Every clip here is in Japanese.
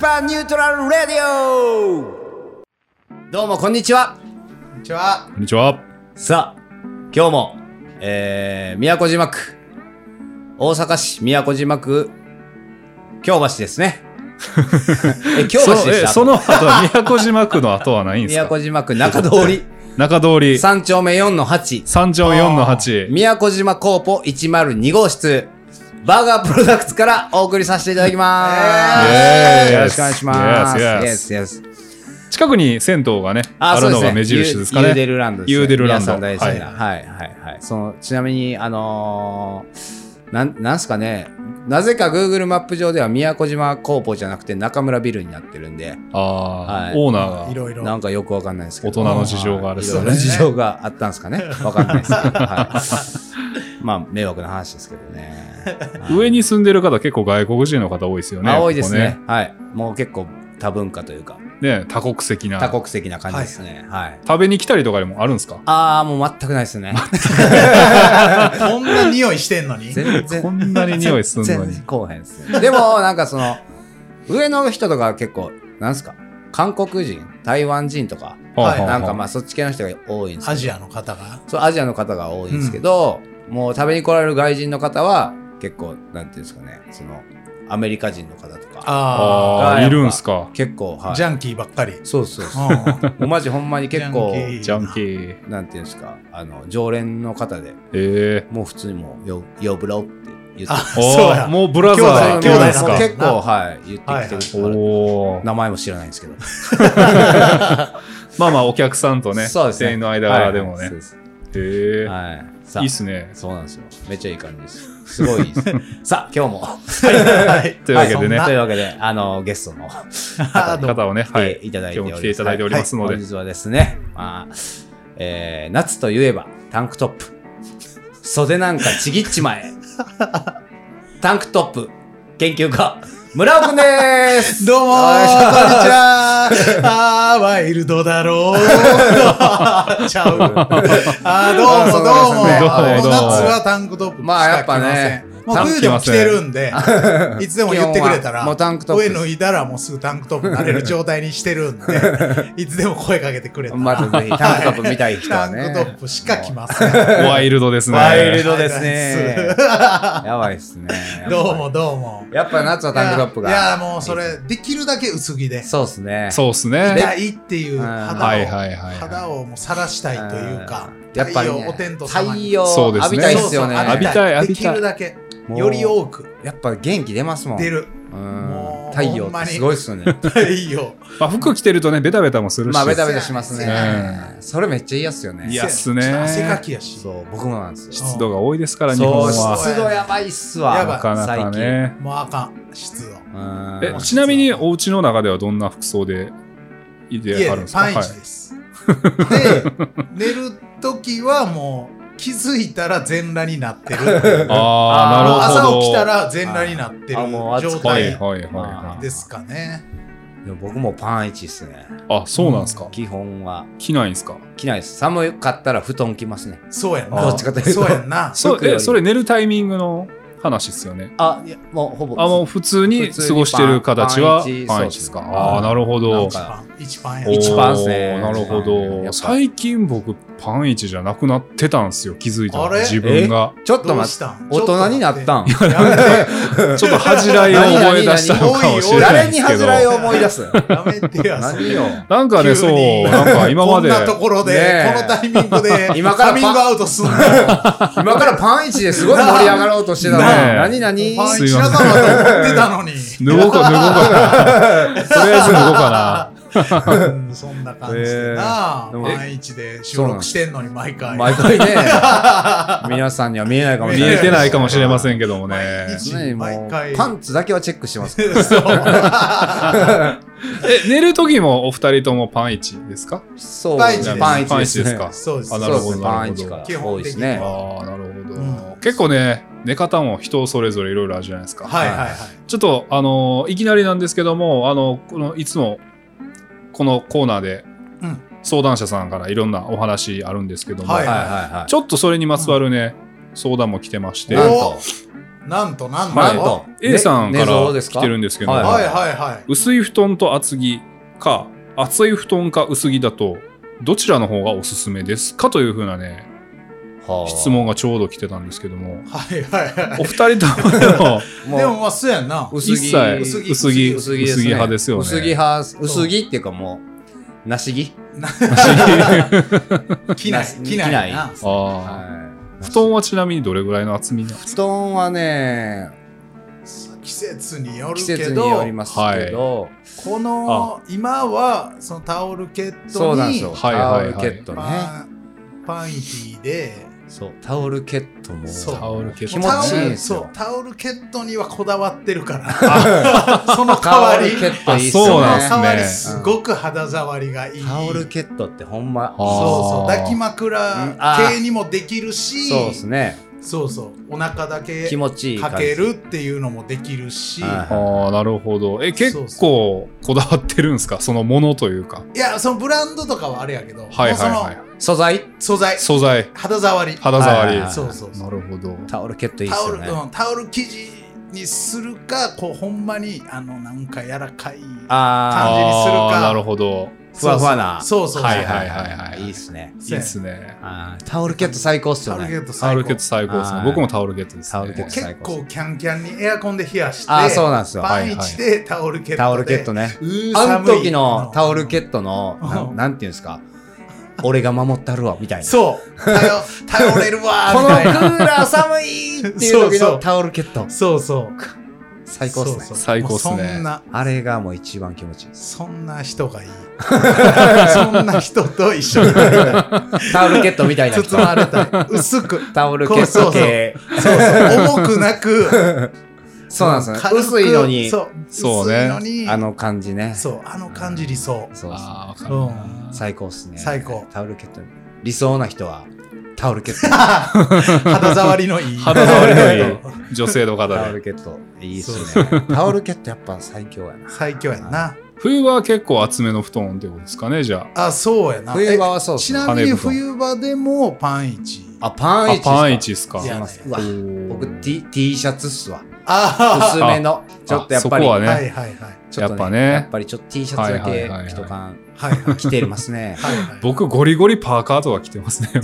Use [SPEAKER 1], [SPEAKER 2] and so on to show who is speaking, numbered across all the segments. [SPEAKER 1] パーニュートラルレディオどうもこんにちは
[SPEAKER 2] こんにちは。
[SPEAKER 3] こんにちは。
[SPEAKER 1] さあ今日も、えー、宮古島区大阪市宮古島区京橋です ねえ京橋で
[SPEAKER 3] そ
[SPEAKER 1] し
[SPEAKER 3] え
[SPEAKER 1] た
[SPEAKER 3] その後は宮古島区の後はないんです
[SPEAKER 1] 宮
[SPEAKER 3] か
[SPEAKER 1] 古島区中通り
[SPEAKER 3] 中通り
[SPEAKER 1] 3丁目4の8
[SPEAKER 3] 三条4の8。
[SPEAKER 1] 宮古島コーポ102号室バーガープロダクツからお送りさせていただきます、
[SPEAKER 3] Yes
[SPEAKER 1] よろしくお願いします
[SPEAKER 3] Yes,
[SPEAKER 1] yes, yes.
[SPEAKER 3] 近くに銭湯がね、
[SPEAKER 1] あ
[SPEAKER 3] あ
[SPEAKER 1] そう
[SPEAKER 3] る
[SPEAKER 1] で
[SPEAKER 3] の
[SPEAKER 1] すね
[SPEAKER 3] が目印ですかね。
[SPEAKER 1] ユーデルランドです、ね。
[SPEAKER 3] ユーデルラン
[SPEAKER 1] 皆
[SPEAKER 3] ド
[SPEAKER 1] さん大好きな。はい、はい、はい。その、ちなみに、あのーなん、なんすかね、なぜか Google マップ上では宮古島コーポじゃなくて中村ビルになってるんで、は
[SPEAKER 3] ああ
[SPEAKER 1] い、
[SPEAKER 3] オーナ
[SPEAKER 2] い
[SPEAKER 3] ーが。
[SPEAKER 2] ろいろ。
[SPEAKER 1] なんかよくわかんないですけど。
[SPEAKER 3] 大人の事情がある
[SPEAKER 1] い
[SPEAKER 3] そう
[SPEAKER 1] ろいろ
[SPEAKER 3] です
[SPEAKER 1] 事情があったんですかね。わかんないですけど。 はい、まあ、迷惑な話ですけどね。はい
[SPEAKER 3] 上に住んでる方結構外国人の方多いですよね。
[SPEAKER 1] あ多いですね
[SPEAKER 3] こ
[SPEAKER 1] はい。もう結構多文化というか、
[SPEAKER 3] こね。ね多国籍な。
[SPEAKER 1] 多国籍な感じですね。はい。
[SPEAKER 3] 食べに来たりとかでもあるんですか
[SPEAKER 1] ああ、もう全くないですね。
[SPEAKER 2] こんな匂いしてんのに。
[SPEAKER 1] 全然
[SPEAKER 3] こ。んなに匂いすんの
[SPEAKER 1] 全
[SPEAKER 3] に
[SPEAKER 1] 然。後編ですね。でも、なんかその、上の人とか結構、なんすか、韓国人、台湾人とか、
[SPEAKER 2] はい
[SPEAKER 3] はあはあ
[SPEAKER 1] なんかまあそっち系の人が多いんですけ
[SPEAKER 2] ア
[SPEAKER 1] ど、
[SPEAKER 2] ジアの方が。
[SPEAKER 1] そうアジアの方が多いんですけど、もう食べに来られる外人の方は、結構、なんていうんですかね、その、アメリカ人の方とか、
[SPEAKER 2] あ
[SPEAKER 3] あ
[SPEAKER 1] がや
[SPEAKER 3] あ、
[SPEAKER 1] っぱ
[SPEAKER 3] いるんすか。
[SPEAKER 1] 結構、は
[SPEAKER 2] あ。
[SPEAKER 1] い。
[SPEAKER 2] ジャンキーばっかり。
[SPEAKER 1] そうそうそう。
[SPEAKER 2] うん
[SPEAKER 1] もうマジほんまに結構
[SPEAKER 2] ジ、ャンキー
[SPEAKER 3] ジャンキー。
[SPEAKER 1] なんていうんですか、あの、常連の方で、
[SPEAKER 3] ええ。
[SPEAKER 1] もう普通にもう、よ、よぶろって言 って。
[SPEAKER 2] あ、そう
[SPEAKER 3] ああ
[SPEAKER 2] や。
[SPEAKER 3] もうブラザーって
[SPEAKER 1] 兄
[SPEAKER 3] 言うん
[SPEAKER 1] 弟
[SPEAKER 3] で
[SPEAKER 1] ですす
[SPEAKER 3] か
[SPEAKER 2] 兄
[SPEAKER 1] か。
[SPEAKER 2] 弟
[SPEAKER 1] 結構、はい、言ってきてるから。
[SPEAKER 3] おお。
[SPEAKER 1] 名前も知らないんですけど。
[SPEAKER 3] まあまあお客さんとね、
[SPEAKER 1] そうですね
[SPEAKER 3] 店員の間柄でも
[SPEAKER 1] はい
[SPEAKER 3] ね
[SPEAKER 1] そう。です
[SPEAKER 3] へえ。
[SPEAKER 1] はい。さあ
[SPEAKER 3] いいっすね。
[SPEAKER 1] そうなんですよ。めっちゃいい感じです。すごい いいです。さあ、今日も。
[SPEAKER 2] はい。
[SPEAKER 3] というわけでね
[SPEAKER 1] はい
[SPEAKER 2] は
[SPEAKER 1] と
[SPEAKER 2] い
[SPEAKER 1] いうわけで、あの、ゲストの
[SPEAKER 2] あどうも
[SPEAKER 3] 方をね、は
[SPEAKER 1] 来
[SPEAKER 3] い
[SPEAKER 1] て。いただいて
[SPEAKER 3] 今
[SPEAKER 1] おります。
[SPEAKER 3] 日も来ていただいておりますの
[SPEAKER 1] はい
[SPEAKER 3] で
[SPEAKER 1] 本。日はですね、まあ、えー、夏といえば、タンクトップ。袖なんかちぎっちま え。タンクトップ、研究家、村尾くんです
[SPEAKER 2] どうもーこんにち
[SPEAKER 1] お願いします
[SPEAKER 2] はあー、 ワイルドだろう。ちゃう。あー、どうもどうも。
[SPEAKER 3] どうもどうも
[SPEAKER 2] 夏はタンクトップし
[SPEAKER 1] まあや
[SPEAKER 2] か
[SPEAKER 1] っ
[SPEAKER 2] 着
[SPEAKER 1] ぱ
[SPEAKER 2] ませ
[SPEAKER 1] ね
[SPEAKER 2] ん。もう冬でも着てるんで、いつでも言ってくれた
[SPEAKER 1] 基本は
[SPEAKER 2] ら、
[SPEAKER 1] もうタンクトップで
[SPEAKER 2] 上
[SPEAKER 1] す
[SPEAKER 2] 脱いだらもうすぐタンクトップになれる状態にしてるんで、いつでも声かけてくれたら。
[SPEAKER 1] まずぜひ、タンクトップ見たい人は
[SPEAKER 2] タン
[SPEAKER 1] ね。
[SPEAKER 2] クトップしか着ません。
[SPEAKER 3] ワイルドですね。
[SPEAKER 1] ワイルドですね。やばいですね。
[SPEAKER 2] どうもどうも。
[SPEAKER 1] やっぱ夏はタンクトップが。
[SPEAKER 2] いや、いやもうそれ、できるだけ薄着で、
[SPEAKER 1] そうですね。
[SPEAKER 3] そうっす
[SPEAKER 2] 着
[SPEAKER 3] ね。
[SPEAKER 2] たいっていう
[SPEAKER 1] うん
[SPEAKER 2] 肌を、
[SPEAKER 3] はいはいはい
[SPEAKER 2] 肌
[SPEAKER 3] は
[SPEAKER 2] をもう晒したいという
[SPEAKER 1] ん
[SPEAKER 2] か、
[SPEAKER 1] やっぱり、ね、
[SPEAKER 2] 太陽お天道様
[SPEAKER 1] 太
[SPEAKER 2] に。
[SPEAKER 1] 陽
[SPEAKER 3] そうです
[SPEAKER 1] 浴
[SPEAKER 3] ね
[SPEAKER 1] びたいですよね。
[SPEAKER 2] そうそう
[SPEAKER 3] 浴びたい浴
[SPEAKER 2] で
[SPEAKER 3] び
[SPEAKER 2] き
[SPEAKER 3] たい
[SPEAKER 2] るだけ、
[SPEAKER 1] もう
[SPEAKER 2] より多く
[SPEAKER 1] やっぱ元気出ますもん。
[SPEAKER 2] 出る。
[SPEAKER 1] うん
[SPEAKER 2] も。う
[SPEAKER 1] 太陽
[SPEAKER 2] ほん
[SPEAKER 1] っ
[SPEAKER 2] ま
[SPEAKER 1] て
[SPEAKER 2] に
[SPEAKER 1] すごいっすよね。
[SPEAKER 2] 太陽。
[SPEAKER 3] い。まあ服着てるとね、ベタベタもするし。
[SPEAKER 1] まあベタベタします
[SPEAKER 2] そう
[SPEAKER 1] ね
[SPEAKER 2] や。
[SPEAKER 1] それめっちゃ嫌っすよね。
[SPEAKER 3] いやっすね
[SPEAKER 2] ちょっと汗かきやし。
[SPEAKER 1] そう、僕もなんですよ。
[SPEAKER 3] 湿度が多いですから、日本
[SPEAKER 1] そう、
[SPEAKER 3] は。
[SPEAKER 1] 湿度やばいっすわ。
[SPEAKER 2] やば
[SPEAKER 3] なかなかね。
[SPEAKER 2] もうあかん、湿度。
[SPEAKER 1] 最近。
[SPEAKER 3] え
[SPEAKER 1] うん、
[SPEAKER 3] ちなみにお家の中ではどんな服装でいて
[SPEAKER 2] 家
[SPEAKER 3] あるん
[SPEAKER 2] で
[SPEAKER 3] ですか
[SPEAKER 2] パンイ
[SPEAKER 3] はい
[SPEAKER 2] チです。で、寝るときはもう気づいたら全裸になってる。
[SPEAKER 3] ああ、なるほ
[SPEAKER 2] 朝
[SPEAKER 3] ど。
[SPEAKER 2] 起きたら全裸になってる
[SPEAKER 1] あもう暑くて
[SPEAKER 2] 状
[SPEAKER 3] はい
[SPEAKER 2] 態
[SPEAKER 3] はいはいは
[SPEAKER 2] ですかね。
[SPEAKER 1] でも僕もパンイチっすね。
[SPEAKER 3] い。あ、そうなんですか。
[SPEAKER 1] 基本は
[SPEAKER 3] 着ないんですか。
[SPEAKER 1] 着ないです。寒かったら布団着ますね。
[SPEAKER 2] そうやん
[SPEAKER 1] あ
[SPEAKER 2] な。
[SPEAKER 1] どっちかというと
[SPEAKER 2] そうやんな。
[SPEAKER 3] そ
[SPEAKER 1] 服よ
[SPEAKER 3] え、
[SPEAKER 1] り
[SPEAKER 3] それ寝るタイミングの話ですよね。
[SPEAKER 1] あ、いや、もうほぼ。
[SPEAKER 3] あ、もう普通に
[SPEAKER 1] 普通に
[SPEAKER 3] 過ごしてる形は
[SPEAKER 1] パンイチ
[SPEAKER 3] パンイチですか。
[SPEAKER 1] そうですね
[SPEAKER 3] ああ、なるほ
[SPEAKER 1] なん
[SPEAKER 3] ど
[SPEAKER 1] か。
[SPEAKER 2] 一番。一番や
[SPEAKER 3] おー
[SPEAKER 2] ん。
[SPEAKER 1] 一番っすね
[SPEAKER 3] なるほ
[SPEAKER 1] やっぱ
[SPEAKER 3] ど。最近僕、パンイチじゃなくなってたんすよ、気づいたの
[SPEAKER 2] あれ
[SPEAKER 3] 自分が。
[SPEAKER 1] ちょっと
[SPEAKER 2] どう
[SPEAKER 1] 待っ。
[SPEAKER 2] してたん
[SPEAKER 1] 大人にな ったん。
[SPEAKER 3] ちょっと恥じらいを思い出したのかもしれない
[SPEAKER 1] 誰
[SPEAKER 3] んで
[SPEAKER 1] に
[SPEAKER 3] すけ
[SPEAKER 1] 恥
[SPEAKER 3] ど
[SPEAKER 1] じ。らいを思い 出す
[SPEAKER 2] やめてや、そ
[SPEAKER 1] 何
[SPEAKER 2] れ
[SPEAKER 1] よ。
[SPEAKER 3] なんかね、そう、なんか今まで
[SPEAKER 2] こん、なところで、
[SPEAKER 1] ねえ
[SPEAKER 2] このタイミングで、
[SPEAKER 1] 今からパ
[SPEAKER 2] カミングアウトすんの。パ
[SPEAKER 1] 今からパンイチですごい盛り上がろうとしてたの。
[SPEAKER 3] なあ
[SPEAKER 1] 何何
[SPEAKER 2] ンイチ仲間と思ってたのに。
[SPEAKER 3] 脱ごうか、脱ごうかな。とりあえず脱ごうか
[SPEAKER 2] うんそんな感じでな
[SPEAKER 1] えー。
[SPEAKER 2] パンイチで収録してんのに、毎回。
[SPEAKER 1] 毎回ね、皆さんには見えないかも
[SPEAKER 3] な。
[SPEAKER 1] し
[SPEAKER 3] 見
[SPEAKER 1] れない。
[SPEAKER 3] えてないかもしれま
[SPEAKER 1] ん。
[SPEAKER 3] せんけどもね
[SPEAKER 2] 毎。日
[SPEAKER 1] ね、も
[SPEAKER 2] 毎
[SPEAKER 1] う
[SPEAKER 2] 回
[SPEAKER 1] パンツだけはチェックしてます。
[SPEAKER 2] そう
[SPEAKER 3] え、寝る時もお二人ともパンイチですか
[SPEAKER 1] そう、
[SPEAKER 2] パンイチです
[SPEAKER 1] パンイチですね。
[SPEAKER 3] パンイチです
[SPEAKER 2] そうです
[SPEAKER 3] あ。なる
[SPEAKER 1] そうで
[SPEAKER 3] ほど
[SPEAKER 1] すね、パンイチから
[SPEAKER 2] 基
[SPEAKER 1] 多い
[SPEAKER 2] 本
[SPEAKER 1] で
[SPEAKER 2] 的
[SPEAKER 1] す
[SPEAKER 2] には
[SPEAKER 1] ね。
[SPEAKER 3] ああ、なるほど
[SPEAKER 2] う。
[SPEAKER 3] 結構ね、寝方も人それぞれいろいろあるじゃないですか。
[SPEAKER 2] はいはいはい。
[SPEAKER 3] ちょっと、あのいきなりなんですけども、あのこのいつも、このコーナーで
[SPEAKER 2] うん、
[SPEAKER 3] 相談者さんからいろんなお話あるんですけども、
[SPEAKER 2] はい
[SPEAKER 1] はいはいはい。
[SPEAKER 3] ちょっとそれにまつわるね、相談も来てまして
[SPEAKER 1] な、ん
[SPEAKER 2] お
[SPEAKER 1] と、
[SPEAKER 2] なんとなんと。
[SPEAKER 3] はい
[SPEAKER 1] なんと
[SPEAKER 3] A さん
[SPEAKER 1] ね
[SPEAKER 3] か
[SPEAKER 1] 寝相
[SPEAKER 3] ら
[SPEAKER 1] ですか
[SPEAKER 3] 来てるんですけど、
[SPEAKER 1] はい
[SPEAKER 2] はいはいはい。
[SPEAKER 3] 薄い布団と厚着か厚い布団か薄着だとどちらの方がおすすめですかというふうなね
[SPEAKER 1] はあ
[SPEAKER 3] 質問がちょうど来てたんですけども
[SPEAKER 2] はいはいは
[SPEAKER 3] お二人と も
[SPEAKER 2] い。でもまあ、そうやんな。
[SPEAKER 1] 薄
[SPEAKER 3] 一
[SPEAKER 1] 着
[SPEAKER 3] 切薄
[SPEAKER 2] 薄
[SPEAKER 3] 着
[SPEAKER 2] 着
[SPEAKER 3] 薄
[SPEAKER 1] 薄
[SPEAKER 3] 着
[SPEAKER 1] 着ですね
[SPEAKER 3] 派ですよね
[SPEAKER 1] 薄着派、薄着っていうかもう、なし着
[SPEAKER 2] 機内、機内
[SPEAKER 1] 機内
[SPEAKER 2] な。
[SPEAKER 3] ああ、
[SPEAKER 1] はい
[SPEAKER 3] 布団はちなみにどれぐらいの厚みなんです
[SPEAKER 1] 布団はね、
[SPEAKER 2] 季節による
[SPEAKER 1] 季
[SPEAKER 2] け
[SPEAKER 1] 節
[SPEAKER 2] ど
[SPEAKER 1] に、よりますけど、
[SPEAKER 2] この、今は、そのタオルケッ
[SPEAKER 1] そう
[SPEAKER 2] ト
[SPEAKER 1] なんで
[SPEAKER 2] に
[SPEAKER 1] すよ。、
[SPEAKER 3] はいはいはい
[SPEAKER 1] タオルケットね。
[SPEAKER 2] パンパンティーで、
[SPEAKER 1] そう、タオルケットも。
[SPEAKER 2] そう
[SPEAKER 3] タオルケット
[SPEAKER 1] 気持ちいいんです
[SPEAKER 2] そう
[SPEAKER 1] よ。
[SPEAKER 2] タオルケットにはこだわってるから その代わり
[SPEAKER 1] タオルケットいいっす
[SPEAKER 3] あそ
[SPEAKER 2] そうの
[SPEAKER 3] なん
[SPEAKER 1] よね。
[SPEAKER 3] ですね
[SPEAKER 2] 代わりすごく肌触りがいい
[SPEAKER 1] タオルケットってほんま、
[SPEAKER 3] あー
[SPEAKER 2] そうそう抱き
[SPEAKER 1] うん
[SPEAKER 2] 枕
[SPEAKER 1] あー
[SPEAKER 2] 系にもできるし
[SPEAKER 1] そうですね。
[SPEAKER 2] そうそうお腹だけ
[SPEAKER 1] 気持ちいい感
[SPEAKER 2] か
[SPEAKER 1] じ。
[SPEAKER 2] けるっていうのもできるし、
[SPEAKER 1] は
[SPEAKER 3] かああなるほどえ結
[SPEAKER 2] そう
[SPEAKER 3] 構こだわってるんですかそのものというか
[SPEAKER 2] い、やそのブランドとかはあれやけど、
[SPEAKER 3] はいはいは
[SPEAKER 2] もう
[SPEAKER 3] い
[SPEAKER 1] 素材
[SPEAKER 2] その素材
[SPEAKER 3] 素材
[SPEAKER 2] 肌触り
[SPEAKER 3] 肌触り、
[SPEAKER 1] はいはい
[SPEAKER 2] そうそうそう
[SPEAKER 3] なるほど
[SPEAKER 1] タオルケットいいっ
[SPEAKER 2] タ
[SPEAKER 1] す
[SPEAKER 2] オ
[SPEAKER 1] よ
[SPEAKER 2] ル、
[SPEAKER 1] ね。
[SPEAKER 2] うんタオル生地にするかこうほんまにあのなんか柔らかい
[SPEAKER 1] あ
[SPEAKER 2] 感じにするか
[SPEAKER 3] あーなるほど
[SPEAKER 1] ー、ふわふわな。
[SPEAKER 2] そうそうそう
[SPEAKER 1] うは
[SPEAKER 2] そう
[SPEAKER 1] いはい
[SPEAKER 3] はいはい
[SPEAKER 1] は。
[SPEAKER 3] はいい
[SPEAKER 1] いいっすね。
[SPEAKER 3] いいですね
[SPEAKER 1] あータオルケット最高っす
[SPEAKER 2] タ
[SPEAKER 1] よ
[SPEAKER 2] オル
[SPEAKER 1] ね
[SPEAKER 2] ケ。ット
[SPEAKER 3] タ
[SPEAKER 2] 最
[SPEAKER 3] オ
[SPEAKER 2] 高
[SPEAKER 3] ルケット最高ですね
[SPEAKER 1] はい
[SPEAKER 3] 僕もタオルケットですね
[SPEAKER 1] タオルケット
[SPEAKER 2] 結構キャンキャンにエアコンで冷やして
[SPEAKER 1] あー、そうなんですよ。
[SPEAKER 2] パンチでタオルケットで
[SPEAKER 1] タオルケットね。
[SPEAKER 2] うー
[SPEAKER 1] あの
[SPEAKER 2] 寒い
[SPEAKER 1] 時のタオルケットの、
[SPEAKER 2] うん
[SPEAKER 1] なんなんていうんですか、俺が守ったるわ、みたいな。
[SPEAKER 2] そう頼頼れるわ
[SPEAKER 1] こ
[SPEAKER 2] ー
[SPEAKER 1] の
[SPEAKER 2] み
[SPEAKER 1] ク
[SPEAKER 2] たいな
[SPEAKER 1] ーラー寒いっていう時
[SPEAKER 2] そうそ
[SPEAKER 1] の
[SPEAKER 2] う
[SPEAKER 1] タオルケット。
[SPEAKER 2] そうそう
[SPEAKER 1] 最高っすね
[SPEAKER 2] そうそう
[SPEAKER 3] 最高っすね
[SPEAKER 2] もうそんな
[SPEAKER 1] あれがもう一番気持ちいい です。
[SPEAKER 2] そんな人がいい そんな人と一緒に
[SPEAKER 1] タオルケットみたいな人
[SPEAKER 2] 包。ま れたい薄く
[SPEAKER 1] タオルケット系。
[SPEAKER 2] そうそう重くなく
[SPEAKER 1] そうなんですよね。
[SPEAKER 2] 軽く
[SPEAKER 1] 薄いのに、
[SPEAKER 2] そう
[SPEAKER 3] そう
[SPEAKER 2] 薄
[SPEAKER 3] ね
[SPEAKER 2] いのに
[SPEAKER 1] あの感じね。
[SPEAKER 2] そうあの感じ理想
[SPEAKER 1] そうです
[SPEAKER 3] ああ分かる
[SPEAKER 2] うん
[SPEAKER 3] な
[SPEAKER 1] 最高っすね。
[SPEAKER 2] 最高
[SPEAKER 1] タオルケット。理想な人は、タオルケット。
[SPEAKER 2] 肌触りのいい
[SPEAKER 3] 肌触りのいい女性の
[SPEAKER 1] タ
[SPEAKER 3] 方
[SPEAKER 1] オ
[SPEAKER 3] で
[SPEAKER 1] ルケット。いいっすね。タオルケットやっぱ最強やな。
[SPEAKER 2] 最強やな
[SPEAKER 3] 冬は結構厚めの布団ってことですかねじゃ
[SPEAKER 2] あそうやな
[SPEAKER 1] 冬場はそうっす
[SPEAKER 2] ち
[SPEAKER 1] ね。
[SPEAKER 2] なみに冬場でもパン一。
[SPEAKER 1] あ、パン
[SPEAKER 3] あ
[SPEAKER 1] イ
[SPEAKER 3] あ
[SPEAKER 1] チ。
[SPEAKER 3] パンイ。チですか
[SPEAKER 2] いや
[SPEAKER 1] うわ、僕 T, T シャツっすわ。
[SPEAKER 2] あ
[SPEAKER 1] 薄めの。ちょっとやっぱり。
[SPEAKER 3] そこは
[SPEAKER 2] あ、
[SPEAKER 3] ね
[SPEAKER 2] はいはいはい。
[SPEAKER 1] ちょ
[SPEAKER 3] やっぱね
[SPEAKER 1] やっぱりちょっと T シャツだ
[SPEAKER 3] はい
[SPEAKER 1] け
[SPEAKER 3] はいはいはい
[SPEAKER 1] 一缶
[SPEAKER 2] はいはい。。
[SPEAKER 1] 着てます ね
[SPEAKER 2] はいはい、
[SPEAKER 3] 僕ゴリゴリパーカーとか着てますね
[SPEAKER 2] え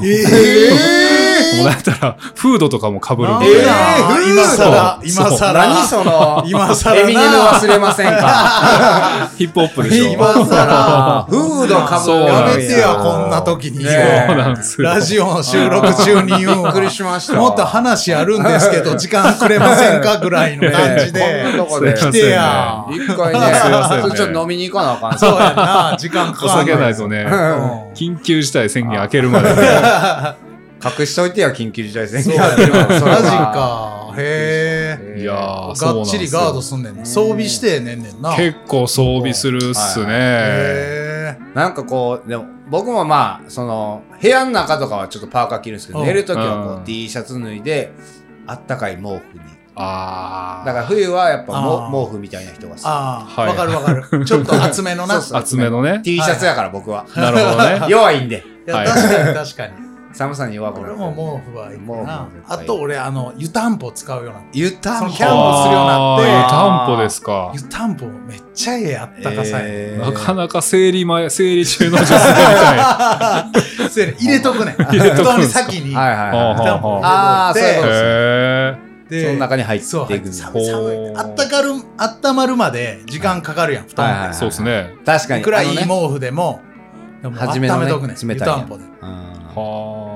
[SPEAKER 3] もうなんやったらフードとかもかぶるみ
[SPEAKER 2] なん
[SPEAKER 3] たいな
[SPEAKER 2] でなん
[SPEAKER 1] えー
[SPEAKER 2] 今さら、
[SPEAKER 3] 嘘
[SPEAKER 2] 今さら、
[SPEAKER 1] 何その、
[SPEAKER 2] 今さら
[SPEAKER 1] エ
[SPEAKER 2] な
[SPEAKER 1] ミネム忘れません か
[SPEAKER 3] ヒップホップでしょ
[SPEAKER 2] 今
[SPEAKER 1] 今
[SPEAKER 2] さ
[SPEAKER 1] さ
[SPEAKER 2] ら
[SPEAKER 1] ら、 フードかぶ
[SPEAKER 3] そうなん
[SPEAKER 2] や
[SPEAKER 3] で
[SPEAKER 2] め
[SPEAKER 3] す
[SPEAKER 2] てや、こんな時に。
[SPEAKER 1] ね
[SPEAKER 3] そ
[SPEAKER 1] え
[SPEAKER 3] うなんですよ
[SPEAKER 2] ラジオの収録中に言う
[SPEAKER 1] びっ
[SPEAKER 2] わ
[SPEAKER 1] くりしました。
[SPEAKER 2] もっと話あるんですけ ど、時間くれませんかぐらいの感
[SPEAKER 1] ね
[SPEAKER 2] じ
[SPEAKER 1] えこん
[SPEAKER 2] で。
[SPEAKER 1] なとこで。
[SPEAKER 3] すいません
[SPEAKER 2] 来てや。
[SPEAKER 1] 一回
[SPEAKER 3] すいませ
[SPEAKER 1] ね、
[SPEAKER 3] んね
[SPEAKER 1] それちょっと飲みに行かなあかん。
[SPEAKER 2] そうやな、時間か
[SPEAKER 3] お
[SPEAKER 2] かん
[SPEAKER 3] 酒ない
[SPEAKER 2] ぞ。
[SPEAKER 3] とね
[SPEAKER 2] うん
[SPEAKER 3] 緊急事態宣言明けるまでね
[SPEAKER 1] 隠しといてや、緊急事態宣
[SPEAKER 2] そう
[SPEAKER 1] 言。
[SPEAKER 2] やな、 マジ
[SPEAKER 1] それは。
[SPEAKER 2] か。へえ。
[SPEAKER 1] えー
[SPEAKER 3] いやーそう
[SPEAKER 2] が
[SPEAKER 3] なん
[SPEAKER 2] っち
[SPEAKER 3] で
[SPEAKER 2] り
[SPEAKER 3] すよ
[SPEAKER 2] ガードすんねんな。装備してねんねんな。
[SPEAKER 3] 結構装備するっすね
[SPEAKER 2] へー
[SPEAKER 1] なんかこう、でも僕もまあ、その、部屋の中とかはちょっとパーカー着るんですけ
[SPEAKER 2] う
[SPEAKER 1] ど、
[SPEAKER 2] ん
[SPEAKER 1] 寝るときは
[SPEAKER 3] う
[SPEAKER 1] こ
[SPEAKER 3] ん
[SPEAKER 1] う T シャツ脱いで、あったかい毛布に。
[SPEAKER 3] あ
[SPEAKER 1] だ
[SPEAKER 3] あ
[SPEAKER 1] から冬はやっぱ
[SPEAKER 2] あ
[SPEAKER 1] も
[SPEAKER 2] ー
[SPEAKER 1] 毛布みたいな人が好
[SPEAKER 2] ああ、
[SPEAKER 3] はい
[SPEAKER 2] わかるわかる。ちょっと厚め のな。
[SPEAKER 1] そうそう
[SPEAKER 3] 厚めのね
[SPEAKER 1] き。T シャツやから僕は。
[SPEAKER 3] なるほどね
[SPEAKER 1] 弱いんで。
[SPEAKER 2] いや
[SPEAKER 3] はい
[SPEAKER 2] 確かに確かに。
[SPEAKER 1] 寒さに弱くな
[SPEAKER 2] 俺
[SPEAKER 1] る。
[SPEAKER 2] も毛布はいいな
[SPEAKER 1] 毛布。絶対
[SPEAKER 2] あと俺、あの、湯たんぽ使うような。
[SPEAKER 1] 湯たんぽ
[SPEAKER 2] そのキャンプするようになって
[SPEAKER 3] あー湯たんぽですか
[SPEAKER 2] 湯たんぽめっちゃええあったかさや。
[SPEAKER 1] えー
[SPEAKER 3] なかなか生理前生理中の女性みたい
[SPEAKER 2] そうやね入れとくね。
[SPEAKER 3] 入れとくんす
[SPEAKER 2] 布
[SPEAKER 3] か
[SPEAKER 2] 団に先に。湯
[SPEAKER 1] はいはいはい。
[SPEAKER 2] たんぽ
[SPEAKER 1] あーそういうことです
[SPEAKER 3] へ
[SPEAKER 2] で
[SPEAKER 1] その中に入っていくん
[SPEAKER 2] そう、寒
[SPEAKER 1] で
[SPEAKER 2] い
[SPEAKER 1] す
[SPEAKER 2] 寒い。あったかる、あったまるまで時間かかるやん、布
[SPEAKER 1] はいはい
[SPEAKER 2] 団
[SPEAKER 1] は
[SPEAKER 3] え
[SPEAKER 1] い
[SPEAKER 2] っ
[SPEAKER 3] そうですね
[SPEAKER 1] 確か
[SPEAKER 2] て。い
[SPEAKER 1] に。
[SPEAKER 2] くらいい
[SPEAKER 1] あのね
[SPEAKER 2] 毛布でも、でも
[SPEAKER 1] 初めの
[SPEAKER 2] 温
[SPEAKER 1] ね
[SPEAKER 2] めとくね。
[SPEAKER 1] 冷
[SPEAKER 2] 湯
[SPEAKER 1] たいやん
[SPEAKER 2] たんぽで。
[SPEAKER 1] うん
[SPEAKER 3] は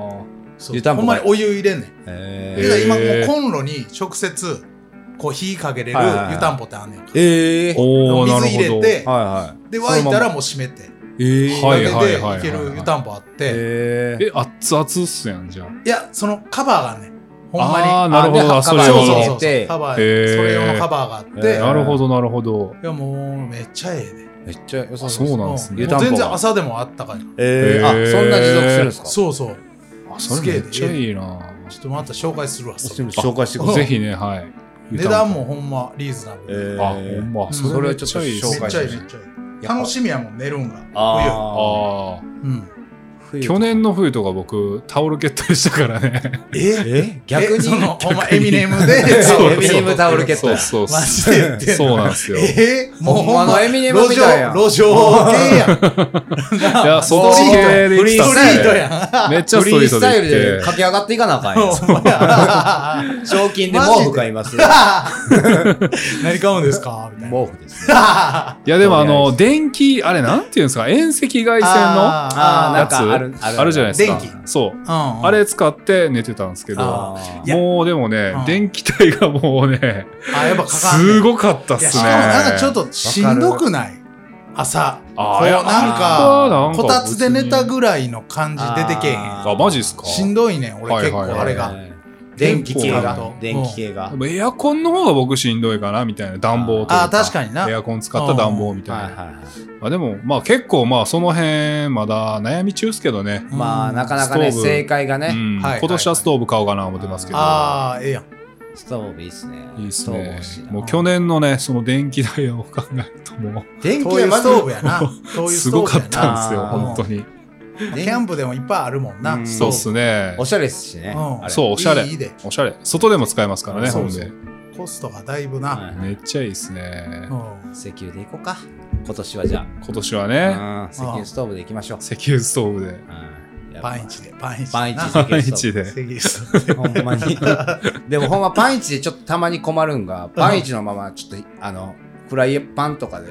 [SPEAKER 2] そう
[SPEAKER 1] 湯たんぽ
[SPEAKER 2] ほんまにお湯入れんねん。
[SPEAKER 1] え
[SPEAKER 2] で
[SPEAKER 1] ー
[SPEAKER 3] え
[SPEAKER 2] 今も
[SPEAKER 3] へー
[SPEAKER 2] うコンロに直接こう火かけれる
[SPEAKER 1] はいはいはい
[SPEAKER 2] 湯たんぽってあんねんか、
[SPEAKER 1] えー。
[SPEAKER 3] おおなる
[SPEAKER 2] 水
[SPEAKER 3] ほど
[SPEAKER 2] 入れて
[SPEAKER 1] は
[SPEAKER 2] で
[SPEAKER 1] そのまま
[SPEAKER 2] 沸いたらもう閉めて
[SPEAKER 1] いはい。えー。
[SPEAKER 3] は
[SPEAKER 2] だ
[SPEAKER 3] い
[SPEAKER 2] け
[SPEAKER 3] はい
[SPEAKER 2] で
[SPEAKER 3] はいはい
[SPEAKER 2] いける湯たんぽあって
[SPEAKER 1] えー
[SPEAKER 3] え熱々っすやんじゃあ
[SPEAKER 2] いやそのカバーがあんねんほんまに
[SPEAKER 3] あーなるほど
[SPEAKER 1] あで
[SPEAKER 3] それ
[SPEAKER 1] カバ
[SPEAKER 2] そう
[SPEAKER 1] ーに入れ
[SPEAKER 2] そうそうそう
[SPEAKER 1] て
[SPEAKER 2] カバー、
[SPEAKER 3] へー
[SPEAKER 2] それ用のカバーがあって、
[SPEAKER 1] えー
[SPEAKER 3] なるほどなるほど
[SPEAKER 2] いやもうめっちゃええね
[SPEAKER 1] めっちゃ良さ
[SPEAKER 3] そう
[SPEAKER 1] な
[SPEAKER 3] なん
[SPEAKER 2] もう
[SPEAKER 3] ですね
[SPEAKER 1] 湯たんぽが
[SPEAKER 2] 全然朝でもあったかいの
[SPEAKER 1] えー、あ
[SPEAKER 3] へー
[SPEAKER 1] そんな持続するんですか
[SPEAKER 2] そうそう
[SPEAKER 3] あそれめっちゃ
[SPEAKER 2] ええ
[SPEAKER 3] いいな
[SPEAKER 2] ちょっとまた紹介するわそ
[SPEAKER 1] ちょ
[SPEAKER 2] れ
[SPEAKER 1] っと紹介してくだ
[SPEAKER 2] うん
[SPEAKER 1] さ
[SPEAKER 3] ぜ
[SPEAKER 1] い
[SPEAKER 3] ひねはい
[SPEAKER 2] 値段もほんまリーズナブ
[SPEAKER 1] え
[SPEAKER 2] ル、
[SPEAKER 1] ー
[SPEAKER 3] あほんまそれめっちゃいいっ
[SPEAKER 1] そ
[SPEAKER 3] す
[SPEAKER 1] れ
[SPEAKER 2] め
[SPEAKER 1] は
[SPEAKER 2] っ
[SPEAKER 1] ち
[SPEAKER 2] ち
[SPEAKER 1] ょ
[SPEAKER 2] ゃ
[SPEAKER 1] っ
[SPEAKER 2] い
[SPEAKER 1] と紹介
[SPEAKER 2] い
[SPEAKER 1] しま
[SPEAKER 2] めっ
[SPEAKER 1] す
[SPEAKER 2] ちゃいい楽しみやもん寝るんが
[SPEAKER 1] あ
[SPEAKER 3] ああ
[SPEAKER 2] 冬、うん、
[SPEAKER 1] 冬
[SPEAKER 3] 去年の冬とか僕、タオル蹴ったりしたからね。
[SPEAKER 1] え 逆に
[SPEAKER 2] えそのほんまエミネム で
[SPEAKER 1] そうエミネムタオル蹴った
[SPEAKER 3] そうそう
[SPEAKER 2] マ
[SPEAKER 3] そ
[SPEAKER 2] ジで言っ
[SPEAKER 3] う。
[SPEAKER 2] てんの
[SPEAKER 3] そうなんですよ。い
[SPEAKER 2] えー、もうほんま
[SPEAKER 1] ほんまのエミネムみたいやん
[SPEAKER 2] 路上、路上系やん。ス
[SPEAKER 3] や、そっち系で行ってた
[SPEAKER 2] ト
[SPEAKER 3] っ
[SPEAKER 2] リ
[SPEAKER 3] すね
[SPEAKER 2] ートやん。
[SPEAKER 3] めっちゃ
[SPEAKER 1] フ
[SPEAKER 3] ス
[SPEAKER 1] リ
[SPEAKER 3] トリ
[SPEAKER 1] ー
[SPEAKER 3] ート
[SPEAKER 1] ス
[SPEAKER 3] で
[SPEAKER 1] タイ
[SPEAKER 3] 行
[SPEAKER 1] ル
[SPEAKER 3] っ
[SPEAKER 1] で
[SPEAKER 3] て。
[SPEAKER 1] 駆け上がっていかなあかんよ
[SPEAKER 2] ほんまや
[SPEAKER 1] 賞金で
[SPEAKER 2] マジで
[SPEAKER 1] 毛布買います
[SPEAKER 2] 何買うんですか みたいな。
[SPEAKER 1] 毛布です
[SPEAKER 2] あ
[SPEAKER 3] いや、でもあ
[SPEAKER 1] とりあえ
[SPEAKER 3] の、
[SPEAKER 1] ず
[SPEAKER 3] 電気、あれ、なんていうんですか、遠赤外線の
[SPEAKER 1] あーなん
[SPEAKER 3] や
[SPEAKER 1] か
[SPEAKER 3] つ
[SPEAKER 1] あるある
[SPEAKER 3] あるじゃないですか。
[SPEAKER 2] 電
[SPEAKER 3] そう。
[SPEAKER 2] あ
[SPEAKER 3] あれ使って寝てたんですけど、
[SPEAKER 1] あ
[SPEAKER 2] いや
[SPEAKER 3] もうでもね
[SPEAKER 2] うん、
[SPEAKER 3] 電気代がもうね、
[SPEAKER 2] あ、やっぱかかんねん
[SPEAKER 3] すごかったっ
[SPEAKER 2] いや
[SPEAKER 3] す
[SPEAKER 2] し
[SPEAKER 3] ね。
[SPEAKER 2] かもなんかちょっとしんどくない朝
[SPEAKER 3] あー、
[SPEAKER 2] こう
[SPEAKER 3] いや
[SPEAKER 2] なん
[SPEAKER 1] か
[SPEAKER 3] あーなん
[SPEAKER 2] こたつで寝たぐらいの感じ
[SPEAKER 1] ー
[SPEAKER 2] 出てけえへん
[SPEAKER 1] あ
[SPEAKER 3] あ、マジっすか。
[SPEAKER 2] しんどいねん俺
[SPEAKER 3] はいは
[SPEAKER 2] 結
[SPEAKER 3] いはい
[SPEAKER 2] 構あれが
[SPEAKER 1] えー電気系
[SPEAKER 2] 結
[SPEAKER 1] が
[SPEAKER 2] 構
[SPEAKER 1] 電気系が
[SPEAKER 3] でもエアコンの方が僕しんどいかなみたいな暖房という
[SPEAKER 2] ああ確かにな
[SPEAKER 3] エアコン使った暖房みたいな、
[SPEAKER 1] はいはいはい
[SPEAKER 3] まあ、でもまあ結構まあその辺まだ悩み中っすけどね、
[SPEAKER 1] まあなかなかね
[SPEAKER 3] ストーブ
[SPEAKER 1] 正解が
[SPEAKER 3] う
[SPEAKER 1] ね
[SPEAKER 3] ん
[SPEAKER 2] はい
[SPEAKER 3] 今年はストーブ買おうかな思ってますけど
[SPEAKER 2] ああええやん
[SPEAKER 1] ストーブいいっすね
[SPEAKER 3] いいっす
[SPEAKER 1] ストーブ
[SPEAKER 3] ね
[SPEAKER 1] 欲しいな
[SPEAKER 3] もう去年のねその電気代を考えるとも
[SPEAKER 1] 電
[SPEAKER 2] 灯油
[SPEAKER 1] ま
[SPEAKER 2] ス
[SPEAKER 1] ず
[SPEAKER 2] トーブやな灯油
[SPEAKER 3] うす
[SPEAKER 2] スト
[SPEAKER 3] ごか
[SPEAKER 2] ー
[SPEAKER 3] っ
[SPEAKER 2] ブやな
[SPEAKER 3] たんですよ
[SPEAKER 1] あー
[SPEAKER 3] 本当に
[SPEAKER 2] キャンプでもいっぱいあるもん
[SPEAKER 1] う
[SPEAKER 2] なん
[SPEAKER 3] そうっすね
[SPEAKER 1] おしゃれっすしね
[SPEAKER 2] うん
[SPEAKER 1] あれ
[SPEAKER 3] そうおしゃれ
[SPEAKER 2] いいいいで
[SPEAKER 3] おしゃれ外でも使えますからね
[SPEAKER 1] そう
[SPEAKER 3] ほん
[SPEAKER 2] そう
[SPEAKER 3] で
[SPEAKER 2] コストがだいぶな
[SPEAKER 1] はい
[SPEAKER 3] めっちゃいいっすね
[SPEAKER 2] うん
[SPEAKER 1] 石油でいこうか今年はじゃ
[SPEAKER 3] 今年は
[SPEAKER 1] あう
[SPEAKER 3] ね
[SPEAKER 1] ん石油ストーブでいきましょう
[SPEAKER 3] 石油ストーブで
[SPEAKER 1] うんやっぱ
[SPEAKER 2] パンイチでパンイチ
[SPEAKER 1] パンイチ
[SPEAKER 2] な
[SPEAKER 1] 石油ス
[SPEAKER 3] 毎
[SPEAKER 1] トーブ
[SPEAKER 3] 日 で
[SPEAKER 2] セギストーブ
[SPEAKER 1] ほんまに。 でもほんまパンイチでちょっとたまに困るんが、パンイチのままちょっと、あの、フライパンとかで、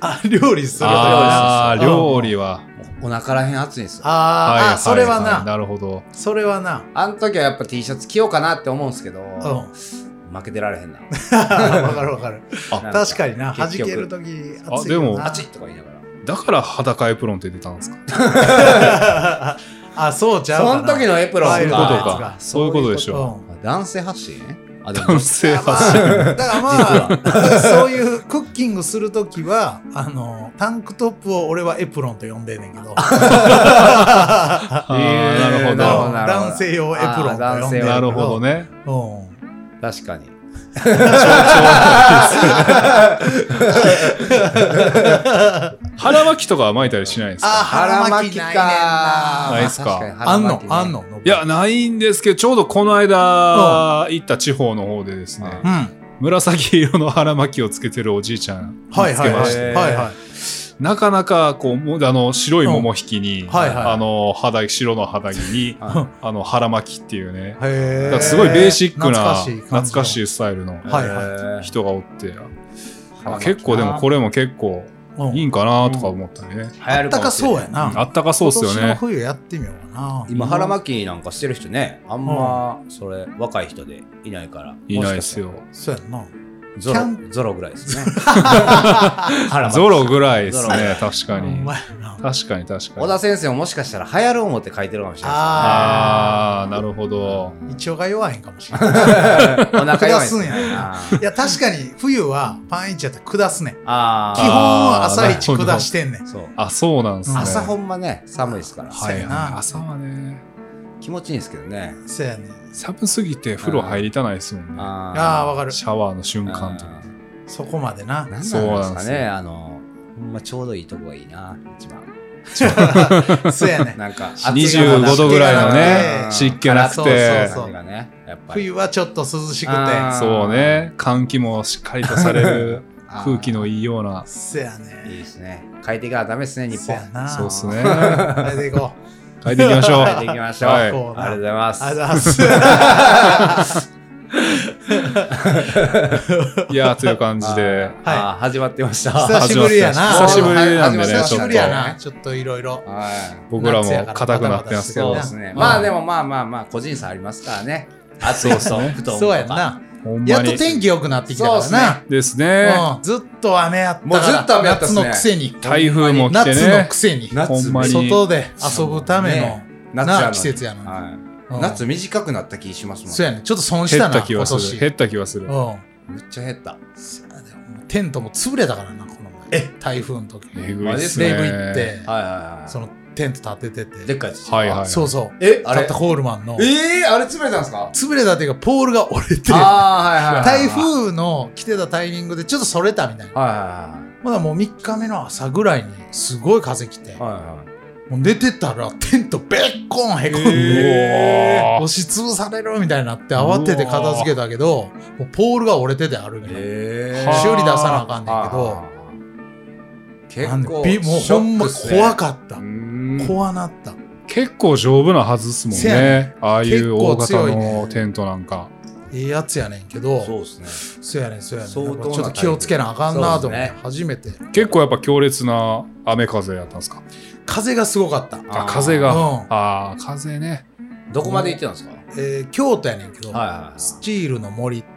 [SPEAKER 2] あ料理する
[SPEAKER 3] ああ
[SPEAKER 2] 料理する
[SPEAKER 3] 料理は
[SPEAKER 1] お腹らへん熱いんですよ。
[SPEAKER 3] いい
[SPEAKER 2] あーあ
[SPEAKER 3] い
[SPEAKER 2] それはいな
[SPEAKER 3] なるほど。
[SPEAKER 2] それ はな
[SPEAKER 1] あの時はやっぱ T シャツ着ようかなって思うんですけど、
[SPEAKER 2] うんわ
[SPEAKER 1] 負けてられへんな。
[SPEAKER 2] かるわかる
[SPEAKER 1] なん
[SPEAKER 2] 確かにな弾
[SPEAKER 1] 結
[SPEAKER 2] け
[SPEAKER 1] 局
[SPEAKER 2] る時熱いよな
[SPEAKER 3] あでも
[SPEAKER 1] あちっとか言いながら。
[SPEAKER 3] だから裸エプロンって出たんですか。
[SPEAKER 2] あ、そうちゃう
[SPEAKER 1] そ
[SPEAKER 2] か
[SPEAKER 1] の
[SPEAKER 2] な。
[SPEAKER 1] 時のエプロン
[SPEAKER 2] あ
[SPEAKER 1] と
[SPEAKER 3] そういうこ
[SPEAKER 2] あ
[SPEAKER 3] と
[SPEAKER 2] あいつ
[SPEAKER 3] か
[SPEAKER 2] が。
[SPEAKER 3] そういうことでし
[SPEAKER 2] う
[SPEAKER 3] ょ
[SPEAKER 2] ん
[SPEAKER 1] 男性発信あ、で
[SPEAKER 3] う。
[SPEAKER 1] も
[SPEAKER 3] 男性
[SPEAKER 2] ま
[SPEAKER 3] 発信。
[SPEAKER 2] あだからまあ、 そういうクッキングするときは、あの、タンクトップを俺はエプロンと呼んでんねんけ ど。
[SPEAKER 3] あーなるほ
[SPEAKER 1] なるほ
[SPEAKER 3] ど。
[SPEAKER 1] ど
[SPEAKER 2] 男性用エプロンと呼んでんねんけど。
[SPEAKER 1] ど
[SPEAKER 3] なるほどね。
[SPEAKER 2] うん。
[SPEAKER 1] 確かに。
[SPEAKER 3] 腹巻きとかは巻いたりしないんです
[SPEAKER 2] あ、
[SPEAKER 3] か。
[SPEAKER 2] 腹巻き
[SPEAKER 1] 腹
[SPEAKER 2] か。
[SPEAKER 3] ないっすか
[SPEAKER 1] 確に腹
[SPEAKER 2] あんの
[SPEAKER 1] 巻きね
[SPEAKER 2] あんの
[SPEAKER 3] いや、ないんですけど、ちょうどこの間、行った地方の方でですね
[SPEAKER 1] う、ん
[SPEAKER 2] うん。
[SPEAKER 3] 紫色の腹巻きをつけてるおじいちゃん見つ
[SPEAKER 2] はいは
[SPEAKER 3] け
[SPEAKER 2] い
[SPEAKER 3] ま
[SPEAKER 2] は
[SPEAKER 3] し
[SPEAKER 1] つけ
[SPEAKER 2] い。
[SPEAKER 3] て、
[SPEAKER 2] はいはい。
[SPEAKER 3] なかなか、こうも、あの、白い桃引きに、
[SPEAKER 2] んはいはい
[SPEAKER 3] あの、肌、白の肌着に、
[SPEAKER 1] は
[SPEAKER 3] あの、腹巻きっていうね、
[SPEAKER 2] へ
[SPEAKER 3] だ
[SPEAKER 2] ー
[SPEAKER 3] からすごいベーシックな、
[SPEAKER 2] 感
[SPEAKER 3] 懐
[SPEAKER 2] じの
[SPEAKER 3] かしいスタイルの
[SPEAKER 1] い
[SPEAKER 2] はい
[SPEAKER 1] は
[SPEAKER 3] 人がおって、あ結構でもこれも結構
[SPEAKER 2] うん
[SPEAKER 3] いいんかなとか思ったりね、
[SPEAKER 1] れ、
[SPEAKER 2] あったかそうやな。
[SPEAKER 3] あったかそうっすよ
[SPEAKER 2] 今年の
[SPEAKER 3] ね
[SPEAKER 2] 冬やってみようかな。
[SPEAKER 1] 今腹巻きなんかしてる人ねあんまそれ若い人でいないから
[SPEAKER 3] いないっすよ
[SPEAKER 2] そうやんな。
[SPEAKER 1] ゾ
[SPEAKER 2] キャ
[SPEAKER 1] ロゾロぐらいです ね腹巻き
[SPEAKER 3] ゾロぐらいです
[SPEAKER 1] ゾロぐら
[SPEAKER 3] ね確か
[SPEAKER 2] ほん
[SPEAKER 3] に
[SPEAKER 2] まやな。
[SPEAKER 3] 確かに確か
[SPEAKER 1] 小
[SPEAKER 3] に
[SPEAKER 1] 田先生ももしかしたら流行る思って書いてるかもしれな
[SPEAKER 3] ああなるほど
[SPEAKER 1] いです
[SPEAKER 2] 一応が弱いんかもしれない。
[SPEAKER 1] ね お腹弱いですね
[SPEAKER 2] 下すんや
[SPEAKER 1] あ
[SPEAKER 2] いや、確かに冬はパンイチやったら下すねん。基
[SPEAKER 1] あ
[SPEAKER 2] 本
[SPEAKER 1] ー
[SPEAKER 2] は朝一下してんねん。
[SPEAKER 1] そう
[SPEAKER 3] あそうなんすね
[SPEAKER 1] 朝ほんまね寒いですから
[SPEAKER 3] は
[SPEAKER 2] そう
[SPEAKER 3] い
[SPEAKER 2] やな
[SPEAKER 3] 朝はね
[SPEAKER 1] 気持ちいいんですけどね
[SPEAKER 2] そうやねん。
[SPEAKER 3] 寒すぎて風呂入りたないですもんね
[SPEAKER 2] ああ、わ
[SPEAKER 1] か
[SPEAKER 2] かる。
[SPEAKER 3] シャワーの瞬間とか
[SPEAKER 2] そこまでな。
[SPEAKER 1] 何
[SPEAKER 3] そう
[SPEAKER 1] な
[SPEAKER 3] なん
[SPEAKER 1] ん
[SPEAKER 3] で
[SPEAKER 1] ですす
[SPEAKER 3] よ
[SPEAKER 1] かねあのほんまちょうどいいとこがいいな一番
[SPEAKER 2] そうやねん。
[SPEAKER 1] なんか
[SPEAKER 3] 25度ぐらいの
[SPEAKER 2] う
[SPEAKER 3] ね
[SPEAKER 2] ん
[SPEAKER 3] 湿気なく
[SPEAKER 2] そう
[SPEAKER 3] て
[SPEAKER 2] そうそ
[SPEAKER 1] 感じ
[SPEAKER 2] う
[SPEAKER 1] がねやっぱり
[SPEAKER 2] 冬はちょっと涼しくて。
[SPEAKER 1] あ
[SPEAKER 3] そうね換気もしっかりとされる
[SPEAKER 1] あー
[SPEAKER 3] 空気のいいような
[SPEAKER 2] そうや
[SPEAKER 1] いい
[SPEAKER 2] ね
[SPEAKER 1] ですね。変えていかなダメですね、
[SPEAKER 2] ん。
[SPEAKER 1] 日
[SPEAKER 2] そう
[SPEAKER 1] 本。
[SPEAKER 2] やな。
[SPEAKER 3] そうっすね
[SPEAKER 2] あれで いこう。
[SPEAKER 3] 変えていきましょう
[SPEAKER 1] 変えていきましょう。
[SPEAKER 3] はい
[SPEAKER 1] ありがとうございます。
[SPEAKER 2] ありがとうございます。
[SPEAKER 3] いやーという感じで
[SPEAKER 2] はい
[SPEAKER 1] あー始まってました。
[SPEAKER 2] 久しぶりやな。
[SPEAKER 3] 久しぶりなんでね
[SPEAKER 2] 久しぶりやな。
[SPEAKER 1] ち
[SPEAKER 2] ちょっといろいろ。
[SPEAKER 1] はい。
[SPEAKER 3] 僕らも硬くなってますけ
[SPEAKER 1] そう
[SPEAKER 3] ど
[SPEAKER 1] ですね。
[SPEAKER 2] うん
[SPEAKER 1] まあでもまあまあまあ、個人差ありますからね。あそうそう。布団とか
[SPEAKER 2] そうやん。な。
[SPEAKER 3] ほんまに
[SPEAKER 2] やっと天気良くなってきたか
[SPEAKER 1] そうっ
[SPEAKER 2] ら
[SPEAKER 1] すね
[SPEAKER 2] な。
[SPEAKER 3] ですね。
[SPEAKER 2] うんずっと雨やったから
[SPEAKER 1] もうずっと雨やったっすね
[SPEAKER 2] 夏のくせに
[SPEAKER 3] 台風も来て
[SPEAKER 2] 夏の
[SPEAKER 3] ね
[SPEAKER 2] く。せに
[SPEAKER 1] 夏
[SPEAKER 3] ほんまに
[SPEAKER 2] 外で遊ぶための
[SPEAKER 1] ね
[SPEAKER 2] な
[SPEAKER 1] や
[SPEAKER 2] 季節やのに
[SPEAKER 1] はい
[SPEAKER 2] うん
[SPEAKER 1] 夏短くなった気しますもん。
[SPEAKER 2] そうやねちょっと損し
[SPEAKER 3] 減
[SPEAKER 2] た
[SPEAKER 3] った
[SPEAKER 2] な
[SPEAKER 3] 気
[SPEAKER 2] 今
[SPEAKER 3] はす
[SPEAKER 2] 年
[SPEAKER 3] る。減った気はする。
[SPEAKER 2] う
[SPEAKER 1] めっちゃ減った。
[SPEAKER 2] んテントも潰れたからなこの前台風の時
[SPEAKER 3] え
[SPEAKER 2] に
[SPEAKER 3] ぐいっす
[SPEAKER 2] レ
[SPEAKER 3] ね。
[SPEAKER 2] イブ行って
[SPEAKER 1] はいはいはい。
[SPEAKER 2] そのテント立てて
[SPEAKER 1] でってかいやつ。
[SPEAKER 3] はいはい
[SPEAKER 2] そうそう
[SPEAKER 1] えあ
[SPEAKER 2] 買
[SPEAKER 1] れ
[SPEAKER 2] ったコールマンの
[SPEAKER 1] ええあれ潰れたんですか
[SPEAKER 2] 潰れたっていうかポールが折れて
[SPEAKER 1] ああ、はいはいはい。
[SPEAKER 2] 台風の来てたタイミングでちょっとそれたみたいな
[SPEAKER 1] はいはいはい。
[SPEAKER 2] まだもう3日目の朝ぐらいにすごい風来て
[SPEAKER 1] はいはい。
[SPEAKER 2] もう寝てたらテントべっこんへこん
[SPEAKER 3] へ
[SPEAKER 2] で
[SPEAKER 3] ー
[SPEAKER 2] 押しつぶされるみたいになって慌てて片付けたけどもうポールが折れててあるみたいな
[SPEAKER 1] え
[SPEAKER 3] はあ
[SPEAKER 2] 修理出さなあかんねんけど
[SPEAKER 1] 結
[SPEAKER 2] なんで
[SPEAKER 1] 構
[SPEAKER 2] びもうほんま怖かった、
[SPEAKER 3] うん
[SPEAKER 2] 怖なった
[SPEAKER 3] 結構丈夫なはずっすもん
[SPEAKER 2] せやね
[SPEAKER 3] ね。ああいう大
[SPEAKER 2] 結構
[SPEAKER 3] 型
[SPEAKER 2] 強いね
[SPEAKER 3] のテントなんか。
[SPEAKER 2] ええやつやねんけど
[SPEAKER 1] そうですね
[SPEAKER 2] そうやねんそうやねんち
[SPEAKER 1] 相当
[SPEAKER 2] ょっ
[SPEAKER 1] な
[SPEAKER 2] と気をつけなあかんな
[SPEAKER 1] そ
[SPEAKER 2] と思って、
[SPEAKER 1] うですね
[SPEAKER 2] 初めて
[SPEAKER 3] 結構やっぱ強烈な雨風やったんですか。
[SPEAKER 2] 風がすごかった、うん
[SPEAKER 3] あ、風が。
[SPEAKER 2] うん
[SPEAKER 3] ああ、風ね。
[SPEAKER 1] どこまで行ってたんですか
[SPEAKER 2] えー京都やねんけど、
[SPEAKER 1] はいはいはい
[SPEAKER 2] スチールの森って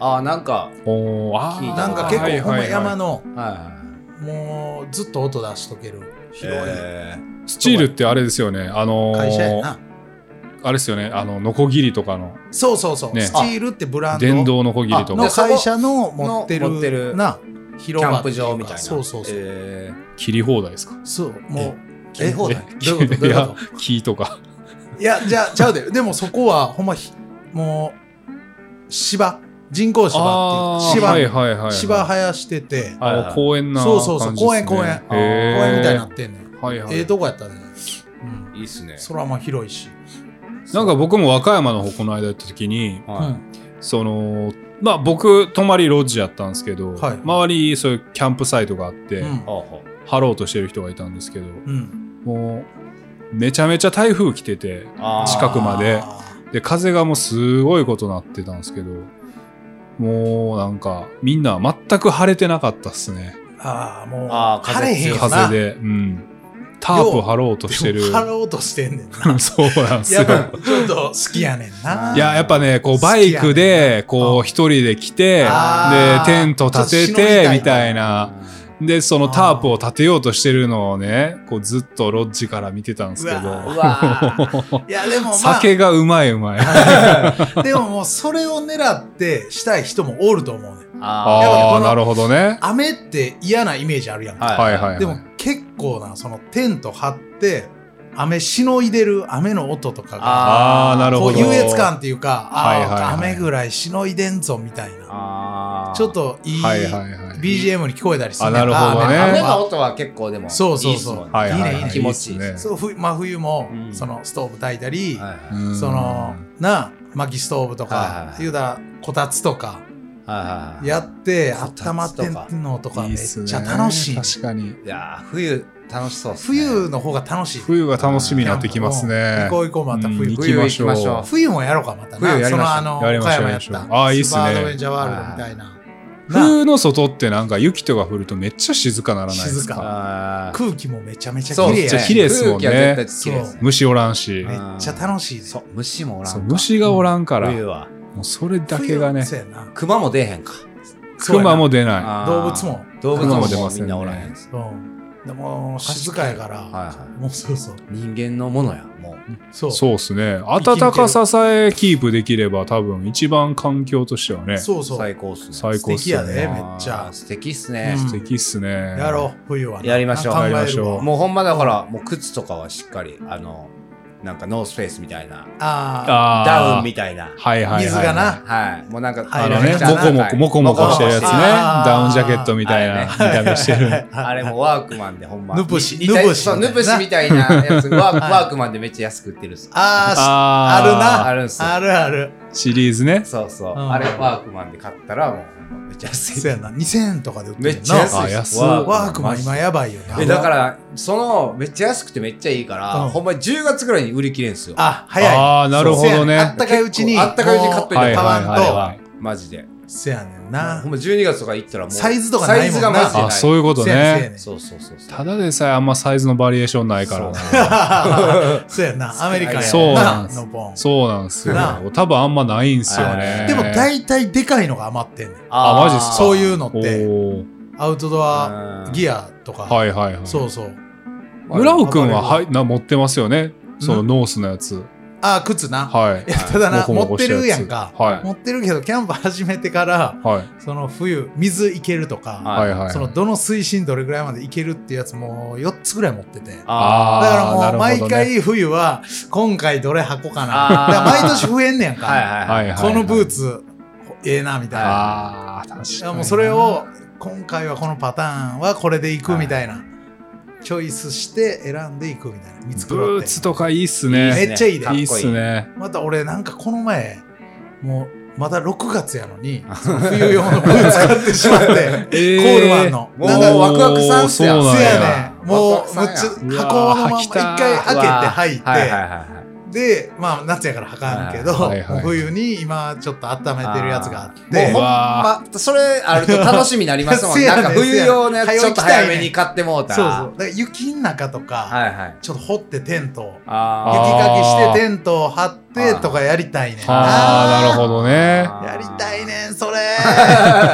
[SPEAKER 1] ああなんか
[SPEAKER 3] おーあー
[SPEAKER 2] なんか結
[SPEAKER 1] はい
[SPEAKER 2] 構ほんま山の、
[SPEAKER 1] はいはい
[SPEAKER 2] もうずっと音出しとける広い、
[SPEAKER 1] え
[SPEAKER 3] スチールってあれですよね。あのー
[SPEAKER 2] 会社やな
[SPEAKER 3] あれですよね。あの、ノコギリとかの、
[SPEAKER 2] そうそうそう、
[SPEAKER 3] ね
[SPEAKER 2] スチールってブランド
[SPEAKER 3] 電動ノコギリと
[SPEAKER 2] の
[SPEAKER 3] か
[SPEAKER 1] あ。
[SPEAKER 2] 会社の持って
[SPEAKER 1] の持ってる
[SPEAKER 2] るな
[SPEAKER 1] ーキ
[SPEAKER 2] 広
[SPEAKER 1] ャ
[SPEAKER 2] 場
[SPEAKER 1] ン
[SPEAKER 2] って
[SPEAKER 1] プ
[SPEAKER 2] いうか
[SPEAKER 1] 場みたいな
[SPEAKER 2] そうそうそう、
[SPEAKER 1] えー
[SPEAKER 3] 切り放題ですか。
[SPEAKER 2] そうもう
[SPEAKER 1] 切り放題
[SPEAKER 2] えどういうことどういうこ
[SPEAKER 3] 木とか。
[SPEAKER 2] といやじゃあちゃうででもそこはほんまひもう芝人工芝っていうか芝、
[SPEAKER 3] はいはいはいはい。
[SPEAKER 2] 芝生やしてて
[SPEAKER 3] あの公園な
[SPEAKER 2] そうそうそう
[SPEAKER 3] 感じっすね
[SPEAKER 2] 公園公園
[SPEAKER 3] へー
[SPEAKER 1] 公
[SPEAKER 2] 公園みたいになってんねん
[SPEAKER 3] はいはい
[SPEAKER 2] ええとこやったね、うん、
[SPEAKER 1] いいっすね
[SPEAKER 2] 空も広いし、
[SPEAKER 3] なんか僕も和歌山の方この間行った時に
[SPEAKER 2] う
[SPEAKER 1] は
[SPEAKER 2] ん、
[SPEAKER 3] そのまあ僕泊まりロッジやったんですけど、
[SPEAKER 2] はい
[SPEAKER 3] 周りにそういうキャンプサイトがあって、
[SPEAKER 2] うん
[SPEAKER 1] いほうほ
[SPEAKER 3] 張ろうとしてる人がいたんですけど
[SPEAKER 2] うん、
[SPEAKER 3] もうめちゃめちゃ台風来てて
[SPEAKER 1] うあー
[SPEAKER 3] 近くまでで風がもうすごいことなってたんですけどもうなんかみんな全く晴れてなかったっすね
[SPEAKER 2] ああもう
[SPEAKER 1] あー風
[SPEAKER 2] 晴れへんよな
[SPEAKER 3] 風でうんタープ張ろうとしてる
[SPEAKER 2] でも張ろうとしてんねん な
[SPEAKER 3] そうなんです
[SPEAKER 2] や
[SPEAKER 3] よ
[SPEAKER 2] っぱちょっと好きやねんな。
[SPEAKER 1] あ
[SPEAKER 3] いや、やっぱね、こう、
[SPEAKER 2] 好きや
[SPEAKER 3] バ
[SPEAKER 2] ね
[SPEAKER 3] イクで、こう、一人で来て、で
[SPEAKER 2] あー、
[SPEAKER 3] テント立て
[SPEAKER 2] ちょっと忍び
[SPEAKER 3] て、
[SPEAKER 2] たい
[SPEAKER 3] みたいな。で、そのタープを立てようとしてるのをね、こう、ずっとロッジから見てたんですけ
[SPEAKER 2] うわ
[SPEAKER 1] う
[SPEAKER 3] ど、
[SPEAKER 1] わー
[SPEAKER 2] いや、でもまあ、
[SPEAKER 3] 酒がうまいうまい。
[SPEAKER 2] でももうそれを狙ってしたい人もおると思うねん。
[SPEAKER 3] あ
[SPEAKER 2] や
[SPEAKER 3] あ、
[SPEAKER 2] っぱこの
[SPEAKER 3] なるほどね。
[SPEAKER 2] 雨って嫌なイメージあるやんか。
[SPEAKER 1] は
[SPEAKER 3] はいはい。
[SPEAKER 2] でも結構な、そのテント張って、雨しのいでる雨の音とかが、
[SPEAKER 3] ああ、なる
[SPEAKER 2] こ
[SPEAKER 3] ほ
[SPEAKER 2] う
[SPEAKER 3] ど。
[SPEAKER 2] 優越感っていうか、ああ、
[SPEAKER 3] はいはいはい
[SPEAKER 2] 雨ぐらいしのいでんぞみたいな。
[SPEAKER 1] あー
[SPEAKER 2] ちょっといい
[SPEAKER 3] はいはいはい。
[SPEAKER 2] BGM に聞こえたりするねん
[SPEAKER 3] あなるほどね
[SPEAKER 2] 雨
[SPEAKER 1] 雨
[SPEAKER 2] の
[SPEAKER 1] の
[SPEAKER 2] 音は
[SPEAKER 1] 音は結構でも
[SPEAKER 2] そうそ
[SPEAKER 1] い
[SPEAKER 2] うそう
[SPEAKER 1] いっすもんね
[SPEAKER 3] はいはいはい
[SPEAKER 2] いいねいいね
[SPEAKER 1] 気持ちいい
[SPEAKER 3] いいっ
[SPEAKER 1] です
[SPEAKER 2] そうふ真冬も、
[SPEAKER 1] うん
[SPEAKER 2] そのストーブ焚いたり、
[SPEAKER 1] はい
[SPEAKER 3] うん
[SPEAKER 2] そのな薪ストーブと
[SPEAKER 1] はいは
[SPEAKER 2] か
[SPEAKER 1] い
[SPEAKER 2] 言うたらこたつとか
[SPEAKER 1] はいはい
[SPEAKER 2] やって
[SPEAKER 1] こたつとか
[SPEAKER 2] 温まってんのとか
[SPEAKER 3] いい
[SPEAKER 2] めっ
[SPEAKER 3] っすね
[SPEAKER 2] ちゃ楽しい
[SPEAKER 3] 確かに。
[SPEAKER 1] いやー冬楽しそうっすね
[SPEAKER 2] 冬の方が楽しい
[SPEAKER 3] 冬が楽しみになってきますね。
[SPEAKER 2] 行こう行こうまた
[SPEAKER 3] うん行
[SPEAKER 2] 冬
[SPEAKER 3] きましょ
[SPEAKER 1] 冬行きましょ
[SPEAKER 3] う
[SPEAKER 1] う。
[SPEAKER 2] 冬もやろうかまたな
[SPEAKER 1] 冬やりまし
[SPEAKER 2] そ
[SPEAKER 1] ょう
[SPEAKER 2] のあの
[SPEAKER 3] やり
[SPEAKER 2] 岡
[SPEAKER 3] ましょうやり
[SPEAKER 2] 山やっ
[SPEAKER 3] ましたょうあーいいっすね
[SPEAKER 2] スーパーアドベンチャーワールドみたいなな
[SPEAKER 3] 冬の外ってなんか雪とか降るとめっちゃ静かならないです
[SPEAKER 2] 静か
[SPEAKER 3] か。
[SPEAKER 1] あー
[SPEAKER 2] 空気もめちゃめちゃ
[SPEAKER 1] そう
[SPEAKER 2] 綺麗
[SPEAKER 3] めっちゃ
[SPEAKER 2] や
[SPEAKER 3] 綺麗っすも
[SPEAKER 1] 空
[SPEAKER 3] んね
[SPEAKER 1] 気は絶対綺麗ですね
[SPEAKER 3] 虫おらんし
[SPEAKER 1] 麗
[SPEAKER 2] めっちゃ楽しい
[SPEAKER 1] そう虫もおらん
[SPEAKER 3] そう
[SPEAKER 1] か
[SPEAKER 3] 虫がおらんから、
[SPEAKER 1] 冬は
[SPEAKER 3] もうそれだけがね
[SPEAKER 2] そうやな
[SPEAKER 1] 熊も出へんか
[SPEAKER 3] 熊も出ない
[SPEAKER 1] あー
[SPEAKER 2] 動物も
[SPEAKER 1] 動物
[SPEAKER 3] 熊
[SPEAKER 1] も
[SPEAKER 3] も出ませんね
[SPEAKER 1] みんなおらへんです
[SPEAKER 2] うんでも静かやか
[SPEAKER 1] はい
[SPEAKER 2] ら
[SPEAKER 1] は
[SPEAKER 2] もうそうそう
[SPEAKER 1] い人間のものやもう
[SPEAKER 2] そう
[SPEAKER 3] そうっすね暖かささえキープできれば多分一番環境としてはね
[SPEAKER 2] そうそう
[SPEAKER 1] 最高っすね
[SPEAKER 3] 最高っすよ
[SPEAKER 2] 素
[SPEAKER 3] ね
[SPEAKER 2] 敵やねめっちゃ
[SPEAKER 1] あー素敵っすね
[SPEAKER 2] うん
[SPEAKER 3] 素敵っすね
[SPEAKER 2] やろう、冬はな。
[SPEAKER 1] やりましょう
[SPEAKER 2] 考えるわ
[SPEAKER 3] やりましょう
[SPEAKER 1] もうほんまだからもう靴とかはしっかりあのなんかノースフェイスみたいな
[SPEAKER 2] あ
[SPEAKER 3] あー
[SPEAKER 1] ダウンみたいな
[SPEAKER 3] はいはいはい
[SPEAKER 2] 水がな
[SPEAKER 1] はいもうなんか
[SPEAKER 2] あ
[SPEAKER 3] あ
[SPEAKER 2] 入
[SPEAKER 3] の
[SPEAKER 2] られ
[SPEAKER 3] ね
[SPEAKER 2] ちゃう
[SPEAKER 3] モコモコモコモコしてるやつね
[SPEAKER 2] モコモコしてるあー
[SPEAKER 3] ダウンジャケットみたい
[SPEAKER 1] あ
[SPEAKER 3] な
[SPEAKER 1] れね
[SPEAKER 3] 見た目してる
[SPEAKER 1] あれもワークマンでほんま。
[SPEAKER 2] ヌプシ
[SPEAKER 1] いいたい
[SPEAKER 2] ヌプシ
[SPEAKER 1] そうヌプシみたいな やつ、ワークワークマンでめっちゃ安く売ってるっす
[SPEAKER 2] あ。。あ
[SPEAKER 3] あ
[SPEAKER 2] あ
[SPEAKER 1] あるんす
[SPEAKER 2] ー、
[SPEAKER 1] よ。
[SPEAKER 2] あるある。
[SPEAKER 3] ーシリーズね
[SPEAKER 1] そうそう。
[SPEAKER 2] うん
[SPEAKER 1] あれワークマンで買ったらもうめっちゃ安
[SPEAKER 2] せ
[SPEAKER 1] い。
[SPEAKER 2] やな、2000円とかで売って
[SPEAKER 1] め
[SPEAKER 2] る
[SPEAKER 1] っちゃ安
[SPEAKER 2] ない
[SPEAKER 1] っす。
[SPEAKER 3] あ安い
[SPEAKER 2] ワーワークマン今
[SPEAKER 1] や
[SPEAKER 2] やばいよな。
[SPEAKER 1] え、だから、その、めっちゃ安くてめっちゃいいから、
[SPEAKER 2] うん
[SPEAKER 1] ほんま10月ぐらいに売り切れんすよ。
[SPEAKER 2] あ、早い。
[SPEAKER 3] あーなるほどね
[SPEAKER 2] そうせやあったかいうちに。
[SPEAKER 1] 結構あったかいうちに買っといて
[SPEAKER 2] もう
[SPEAKER 3] はいはい
[SPEAKER 2] 買わん
[SPEAKER 3] は
[SPEAKER 2] と。
[SPEAKER 3] い
[SPEAKER 1] マジで。
[SPEAKER 2] せやねん
[SPEAKER 1] ほん
[SPEAKER 2] な。
[SPEAKER 1] ま12月とか行ったらもう。
[SPEAKER 2] サイズとかないもんな
[SPEAKER 1] サイズがマジでない。
[SPEAKER 3] あそういうこと
[SPEAKER 2] せやねんせや
[SPEAKER 3] ね
[SPEAKER 2] ねん。
[SPEAKER 1] そうそうそうそう。
[SPEAKER 3] ただでさえあんまサイズのバリエーションないからな
[SPEAKER 1] そう
[SPEAKER 2] そうやな、アメリカンや
[SPEAKER 3] そうなんす
[SPEAKER 2] のぼん。
[SPEAKER 3] そうなんですよ
[SPEAKER 2] な。
[SPEAKER 3] 多分あんまないんですよね。
[SPEAKER 2] でも大体でかいのが余ってんねん。
[SPEAKER 3] あマジっすか
[SPEAKER 2] そういうのっ
[SPEAKER 3] お
[SPEAKER 2] て、
[SPEAKER 3] ー
[SPEAKER 2] アウトドアギ
[SPEAKER 1] ア。
[SPEAKER 2] アとか。
[SPEAKER 3] はいはいはい。
[SPEAKER 2] そうそう。
[SPEAKER 3] 村尾くんは、
[SPEAKER 1] は
[SPEAKER 3] はい、な持ってますよね。その
[SPEAKER 2] ん
[SPEAKER 3] ノースのやつ。
[SPEAKER 2] あー、靴な。
[SPEAKER 3] はい
[SPEAKER 2] い。やただな、
[SPEAKER 3] モコモ
[SPEAKER 2] 持っ
[SPEAKER 3] コ
[SPEAKER 2] て
[SPEAKER 3] した
[SPEAKER 2] るや
[SPEAKER 3] つ
[SPEAKER 2] んか。
[SPEAKER 3] は
[SPEAKER 2] 持ってるけど、キャンプ始めてから、
[SPEAKER 3] い。はい。
[SPEAKER 2] その冬水いけると
[SPEAKER 1] は
[SPEAKER 2] か、
[SPEAKER 3] はいはい。
[SPEAKER 2] そのどの水深どれぐらいまでいけるっていうやつも4つぐらい持っててだか
[SPEAKER 1] あー
[SPEAKER 2] ら
[SPEAKER 3] な
[SPEAKER 2] も
[SPEAKER 3] る
[SPEAKER 2] う
[SPEAKER 3] ほどね
[SPEAKER 2] 毎回冬は今回どれ箱かな
[SPEAKER 1] あー
[SPEAKER 2] だから毎年増えんねやんか、
[SPEAKER 1] はいはいはい。
[SPEAKER 3] はいはい。
[SPEAKER 2] このブー。ツええなみたいな
[SPEAKER 3] ああ、確か
[SPEAKER 2] いや
[SPEAKER 3] に。
[SPEAKER 2] もうそれ。を今回はこのパターンはこれでいくみたいな、チョイスして選んでいくみたいな見
[SPEAKER 3] ブ
[SPEAKER 2] 繕っ
[SPEAKER 3] ー
[SPEAKER 2] て
[SPEAKER 3] ツとかいいっす
[SPEAKER 2] め
[SPEAKER 3] ね。
[SPEAKER 2] っちゃいいで
[SPEAKER 1] かこ
[SPEAKER 3] いいっすね。
[SPEAKER 2] また俺なんかこの前もうまだ6月やの にその冬用のブーツ買ってしまって
[SPEAKER 3] コ
[SPEAKER 2] コールマン。の
[SPEAKER 1] もう
[SPEAKER 2] なんか
[SPEAKER 1] ワクワクさんっすやん
[SPEAKER 3] おーそうなん
[SPEAKER 2] せや
[SPEAKER 3] や。
[SPEAKER 2] ねんも
[SPEAKER 1] ワクワク
[SPEAKER 2] う
[SPEAKER 1] さ
[SPEAKER 2] む
[SPEAKER 1] んや
[SPEAKER 2] っ
[SPEAKER 3] うわー
[SPEAKER 2] ちゃ箱のまんま
[SPEAKER 3] 履き
[SPEAKER 2] 一
[SPEAKER 3] たい
[SPEAKER 2] 回開けて入って、
[SPEAKER 1] はいはいはいはい。
[SPEAKER 2] でまあ夏やから履かんけど、
[SPEAKER 3] はいはい
[SPEAKER 2] 冬に今ちょっと温めてるやつがあって
[SPEAKER 1] もうほん
[SPEAKER 3] う
[SPEAKER 1] ま
[SPEAKER 3] わ、
[SPEAKER 1] それあると楽しみになります もん。
[SPEAKER 2] せや
[SPEAKER 1] な
[SPEAKER 2] ね
[SPEAKER 1] んか冬用のや
[SPEAKER 2] せやね
[SPEAKER 1] つちょっと早めに買ってもうた
[SPEAKER 2] そう
[SPEAKER 1] ら。
[SPEAKER 2] そうだから雪の中とか、
[SPEAKER 1] はいはい。
[SPEAKER 2] ちょっと掘ってテントを雪
[SPEAKER 1] あ
[SPEAKER 2] かきしてテントを張ってとかやりたいねん
[SPEAKER 3] ああ、なるほどね。
[SPEAKER 1] ー
[SPEAKER 2] やりたい。ねんそれ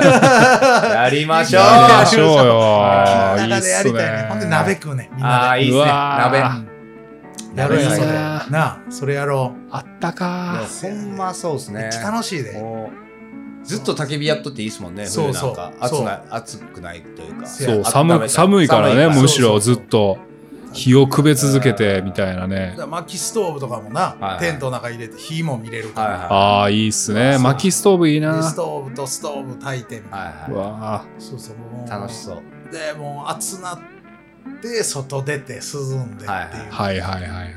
[SPEAKER 1] やりましょう。
[SPEAKER 3] やりま
[SPEAKER 2] し
[SPEAKER 3] し
[SPEAKER 2] ょ
[SPEAKER 3] ょ
[SPEAKER 2] う
[SPEAKER 3] う
[SPEAKER 2] 中
[SPEAKER 3] よ。いいっ
[SPEAKER 2] でや
[SPEAKER 3] す
[SPEAKER 2] りたいね
[SPEAKER 3] ね。
[SPEAKER 2] んほんで鍋食うねんみん
[SPEAKER 1] あ
[SPEAKER 2] な
[SPEAKER 1] あ、
[SPEAKER 2] で
[SPEAKER 1] いいっすね。
[SPEAKER 3] うわ
[SPEAKER 1] 鍋
[SPEAKER 3] ー。
[SPEAKER 2] やろうや
[SPEAKER 1] い
[SPEAKER 2] そ
[SPEAKER 1] い
[SPEAKER 2] れ
[SPEAKER 3] な
[SPEAKER 2] なあそれやろう
[SPEAKER 3] あったか
[SPEAKER 1] やほんまそうっす
[SPEAKER 2] め
[SPEAKER 1] ね
[SPEAKER 2] っ。ちゃ楽しいで
[SPEAKER 1] もうずっと焚き火やっとっていいっすもんね。
[SPEAKER 2] そう
[SPEAKER 1] 冬
[SPEAKER 2] そ
[SPEAKER 1] な
[SPEAKER 2] うん
[SPEAKER 1] か暑ない暑くないというか。
[SPEAKER 2] せや
[SPEAKER 3] そ
[SPEAKER 1] 温
[SPEAKER 3] う、
[SPEAKER 1] め
[SPEAKER 3] 寒
[SPEAKER 1] た
[SPEAKER 3] い寒いからね、
[SPEAKER 1] 寒
[SPEAKER 3] むしろずっと日をくべ続けてみたいな
[SPEAKER 2] だ
[SPEAKER 3] ね
[SPEAKER 2] か。ら薪ストーブとかもな、
[SPEAKER 1] はいはい
[SPEAKER 2] テントの中入れて火も見れる
[SPEAKER 1] はい
[SPEAKER 2] か
[SPEAKER 3] ああ、いいっす
[SPEAKER 2] そ
[SPEAKER 3] ね。
[SPEAKER 2] う
[SPEAKER 3] 薪ストーブいい
[SPEAKER 2] ら、で
[SPEAKER 3] な
[SPEAKER 2] ス。トーブとストーブ炊いてみたいな、
[SPEAKER 1] はいは
[SPEAKER 3] う
[SPEAKER 1] い
[SPEAKER 3] わ
[SPEAKER 2] そうそうもう
[SPEAKER 1] 楽しそう。
[SPEAKER 2] でもう暑なって外出て涼んでっていう、
[SPEAKER 1] はい
[SPEAKER 3] あ。はいはいはい。